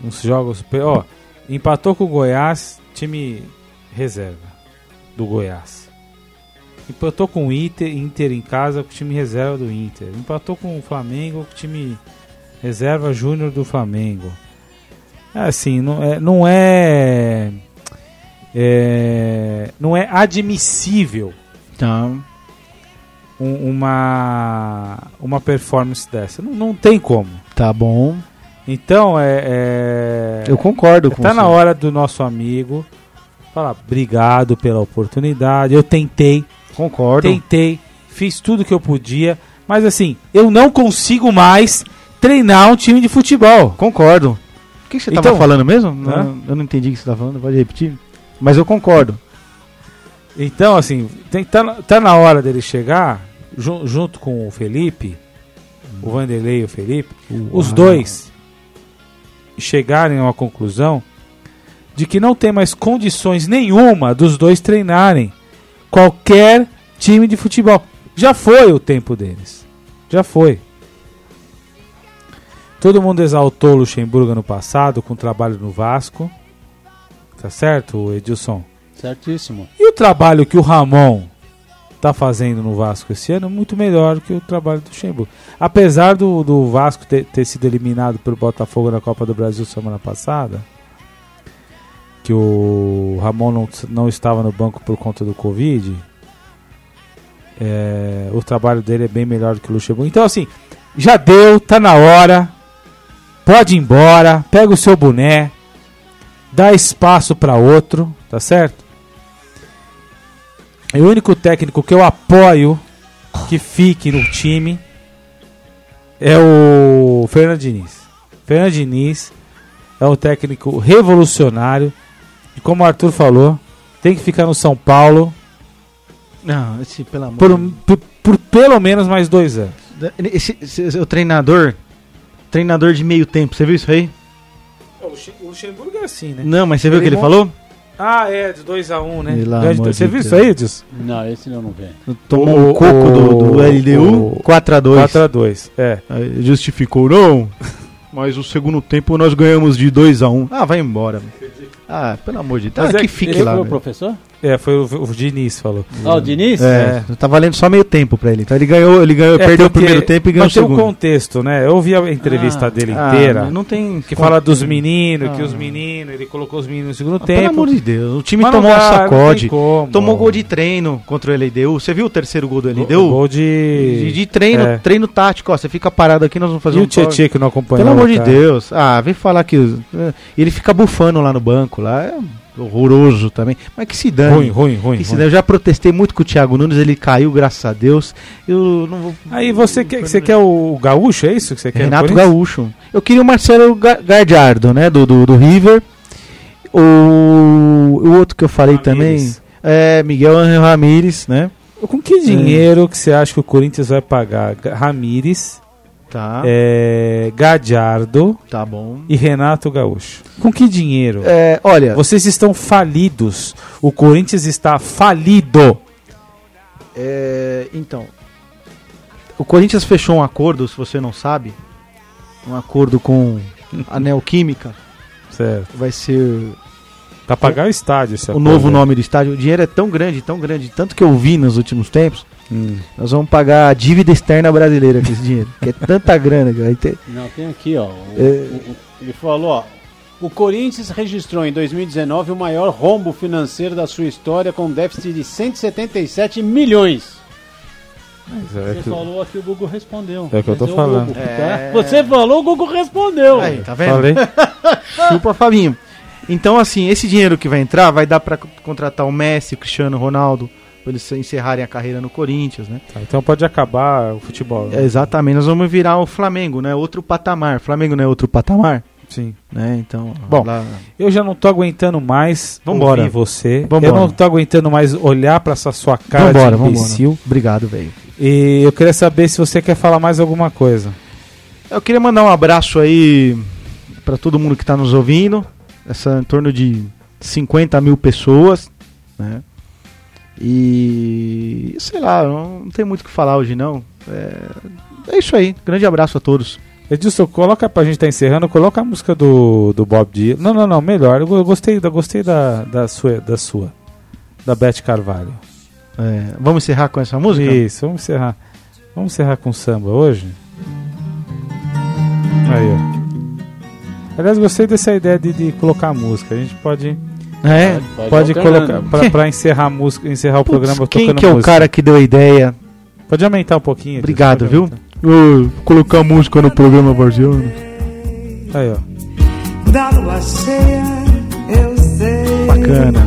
Não se joga super. Ó, empatou com o Goiás, time reserva do Goiás. Empatou com o Inter, Inter em casa, com o time reserva do Inter. Empatou com o Flamengo, com o time reserva júnior do Flamengo. É assim, não é. Não é, é, não é admissível.
Então,
um- uma uma performance dessa. Não, não tem como.
tá bom.
Então é, é
Eu concordo com
tá
você.
na hora do nosso amigo falar obrigado pela oportunidade. Eu tentei,
Concordo.
tentei, fiz tudo que eu podia, mas assim eu não consigo mais treinar um time de futebol.
Concordo. O que que você estava
Então-
falando mesmo?
Hã?
Não, eu não entendi o que você estava falando, pode repetir? Mas eu concordo.
Então assim tem, tá, na- tá na hora dele chegar ju- junto com o Felipe, o Vanderlei e o Felipe. os dois chegarem a uma conclusão de que não tem mais condições nenhuma dos dois treinarem qualquer time de futebol. Já foi o tempo deles. Já foi. Todo mundo exaltou o Luxemburgo no passado com o trabalho no Vasco. Tá certo, Edilson?
Certíssimo.
E o trabalho que o Ramon tá fazendo no Vasco esse ano é muito melhor que o trabalho do Luxemburgo. Apesar do, do Vasco ter, ter sido eliminado pelo Botafogo na Copa do Brasil semana passada, que o Ramon não, não estava no banco por conta do Covid, é, o trabalho dele é bem melhor que o Luxemburgo. Então, assim, já deu, tá na hora, pode ir embora, pega o seu boné, dá espaço para outro, tá certo? É o único técnico que eu apoio que fique no time é o Fernando Diniz. Fernando Diniz é um técnico revolucionário. E como o Arthur falou, tem que ficar no São Paulo
Não, esse, pelo amor
por, por- por pelo menos mais dois anos.
um- Esse, esse- esse- o treinador, treinador de meio tempo, você viu isso aí?
O Luxemburgo é assim, né?
Não, mas você viu o que
Ele
ele
mon-
falou?
Ah, é, de 2x1, um, né?
Pelo
Grande-
amor
Você
de
viu isso
Deus.
aí, Edson?
Não, esse eu não vejo.
Tomou o,
O-
coco do, do
o-
LDU,
o-
4x2.
4x2, é.
Justificou, não? Mas o segundo tempo nós ganhamos de 2x1. Ah, vai embora. Ah, pelo amor de Deus.
Mas
Ah,
é
que
que
fique
Esse
lá.
foi o
velho.
professor?
É, foi o, o Diniz falou.
Ah, o Diniz?
É, tá valendo só meio tempo pra ele. Então ele ganhou, ele ganhou,
É,
perdeu o
porque-
primeiro tempo e ganhou o
Mas tem um
segundo.
contexto, né? Eu ouvi a entrevista
Ah,
dele
Ah,
inteira.
não tem
Que fala dos meninos, que
Ah.
os meninos, ele colocou os meninos no segundo
Ah,
tempo.
Pelo amor de Deus, o time
Mas não
tomou um
dá, não tem
sacode.
como.
Tomou gol de treino contra o LDU. Você viu o terceiro gol do
Go-
LDU?
Gol
de,
de.
de treino,
é.
treino tático, ó. Você fica parado aqui, nós vamos fazer
E
um
o Tietchan que não acompanhou.
Pelo amor de
cara.
Deus. Ah, vem falar que. os- é, Ele fica bufando lá no banco, lá. É horroroso também. Mas que se dane.
Ruim, ruim, ruim.
Que se
ruim.
dane. Eu já protestei muito com o Thiago Nunes, ele caiu, graças a Deus. Eu não vou.
Aí você quer, você quer o o Gaúcho, é isso que você quer?
Renato
Por isso?
Gaúcho. Eu queria o Marcelo Ga- Gardiardo, né? Do, do, do River. O, o outro que eu falei também.
Ramires.
É, Miguel Angel Ramírez, né?
Com que dinheiro que você acha que o Corinthians vai pagar? Ga- Ramires,
Tá,
é, Gadiardo
tá bom.
e Renato Gaúcho. Com que dinheiro?
É, olha,
Vocês estão falidos. O Corinthians está falido.
é, então. O Corinthians fechou um acordo, se você não sabe. Um acordo com a Neoquímica.
Certo.
Vai ser
Tá Pra pagar o estádio, esse
o
acordo
novo
aí.
nome do estádio. O dinheiro é tão grande, tão grande, tanto que eu vi nos últimos tempos. Nós vamos pagar a dívida externa brasileira com esse dinheiro. que é tanta grana que vai ter.
Não, tem aqui, ó. o-
É.
o- o- ele falou, ó. O Corinthians registrou em 2019 o maior rombo financeiro da sua história com déficit de 177 milhões.
Mas é
Você
que-
falou aqui, o Google respondeu.
É o que eu tô
Quer dizer, o
falando.
Google, tá? Você falou, o Google respondeu.
Aí, tá vendo?
Falei.
Chupa, Fabinho. Então, assim, esse dinheiro que vai entrar vai dar pra c- contratar o Messi, o Cristiano Ronaldo, pra eles encerrarem a carreira no Corinthians, né?
Tá, Então pode acabar o futebol.
É, exatamente, nós vamos virar o Flamengo, né? Outro patamar. Flamengo não é outro patamar,
Sim.
né? Então,
Bom,
lá-
Eu já não tô aguentando mais
Vambora.
ouvir você.
Vambora.
Eu não tô aguentando mais olhar pra essa sua cara
Então, vambora,
de imbecil.
vambora. Obrigado, velho.
E eu queria saber se você quer falar mais alguma coisa.
Eu queria mandar um abraço aí pra todo mundo que tá nos ouvindo. Essa em torno de 50 mil pessoas, né? E sei lá, não, não tem muito o que falar hoje não. É, é isso aí. Grande abraço a todos.
Edilson, coloca pra gente tá encerrando, coloca a música do, do Bob Dylan. Não, não, não, melhor. Eu go- gostei, da- gostei da, da, sua, da sua, da Beth Carvalho.
É, vamos encerrar com essa música?
Isso, vamos encerrar. Vamos encerrar com samba hoje? Aí, ó. Aliás, gostei dessa ideia de, de colocar a música. A gente pode.
É,
pode,
pode
colocar.
alternando.
Pra, pra encerrar a música, encerrar o programa
Quem
tocando
que é o
música.
cara que deu a ideia?
Pode aumentar um pouquinho. Edilson,
Obrigado, então.
pode
viu?
aumentar.
colocar música no programa Barziano.
Aí, ó.
Da lua cheia, eu sei.
Bacana.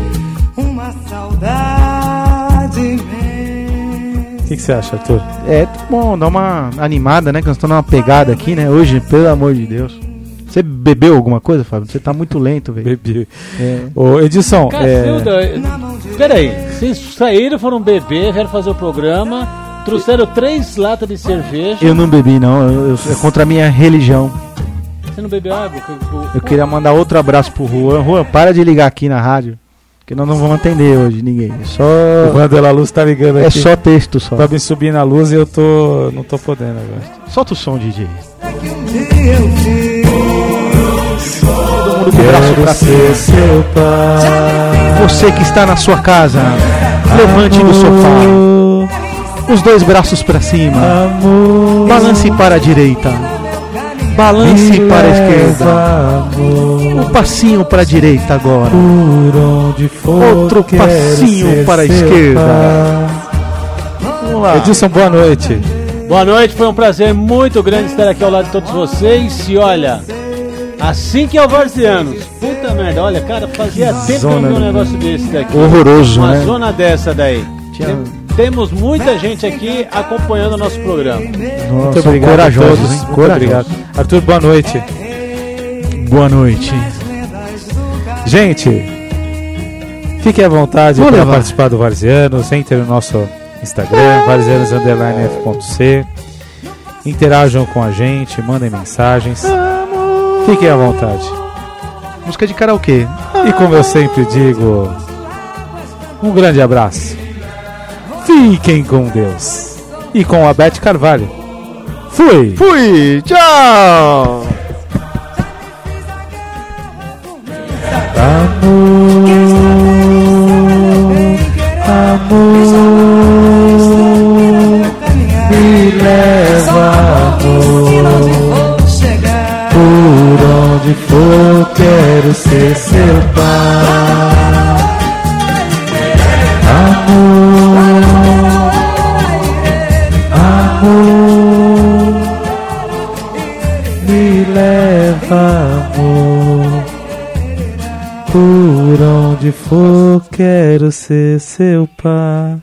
Uma saudade vem.
O que, que você acha, Arthur?
É, tá bom, dá uma animada, né? Que nós estamos numa pegada aqui, né? Hoje, pelo amor de Deus. Você bebeu alguma coisa, Fábio? Você tá muito lento, velho.
Bebi.
É.
Ô, Edilson, é,
Cacilda, peraí, vocês saíram, foram beber, vieram fazer o programa, trouxeram três latas de cerveja.
Eu não bebi, não. Eu, eu- é contra a minha religião.
Você não bebeu água?
Eu queria mandar outro abraço pro Juan. Juan, para de ligar aqui na rádio. Que nós não vamos atender hoje ninguém. É só.
o Vandela Luz tá ligando
É
aqui.
só texto só.
Tá me subindo a luz e eu tô. não tô podendo agora.
Solta o som, DJ. mundo com
Todo
o braço pra
ser seu
Você que está na sua casa, levante do sofá. Os dois braços pra cima.
amor.
Balance para a direita. Balance para a esquerda. Um passinho para a direita agora.
Por onde for.
Outro
quero
passinho
ser
para a
seu
esquerda. Vamos lá.
Edilson, boa noite.
Boa noite, foi um prazer muito grande estar aqui ao lado de todos vocês. E olha, assim que é o Varzianos. Puta merda, olha, cara, fazia tempo que eu não vi um negócio desse daqui.
né? Horroroso,
Uma
né?
zona dessa daí.
Tinha-
Tem- Temos muita gente aqui acompanhando o nosso programa.
Nossa,
a
corajosos,
todos.
hein?
Muito
Corajosos.
obrigado. Arthur, boa noite.
Boa noite.
Gente, fique à vontade
Vou
para
levar.
participar do Varzianos. Entre no nosso Instagram, varzianos_f.c. Interajam com a gente, mandem mensagens. Fiquem à vontade.
Música de karaokê.
E como eu sempre digo, um grande abraço. Fiquem com Deus. E com a Beth Carvalho. Fui!
Fui, tchau!
Me leva, amor. Por onde for, quero ser seu pai.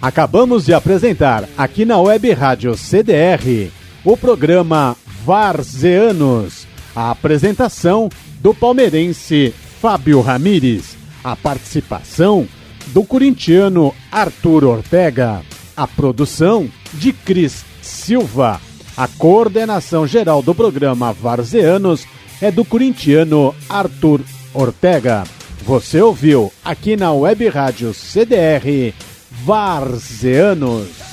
Acabamos de apresentar aqui na Web Rádio CDR o programa Varzeanos. A apresentação do palmeirense Fábio Ramires, a participação do corintiano Arthur Ortega, a produção de Cris Silva. A coordenação geral do programa Varzeanos é do corintiano Arthur Ortega. Você ouviu aqui na Web Rádio CDR Varzeanos.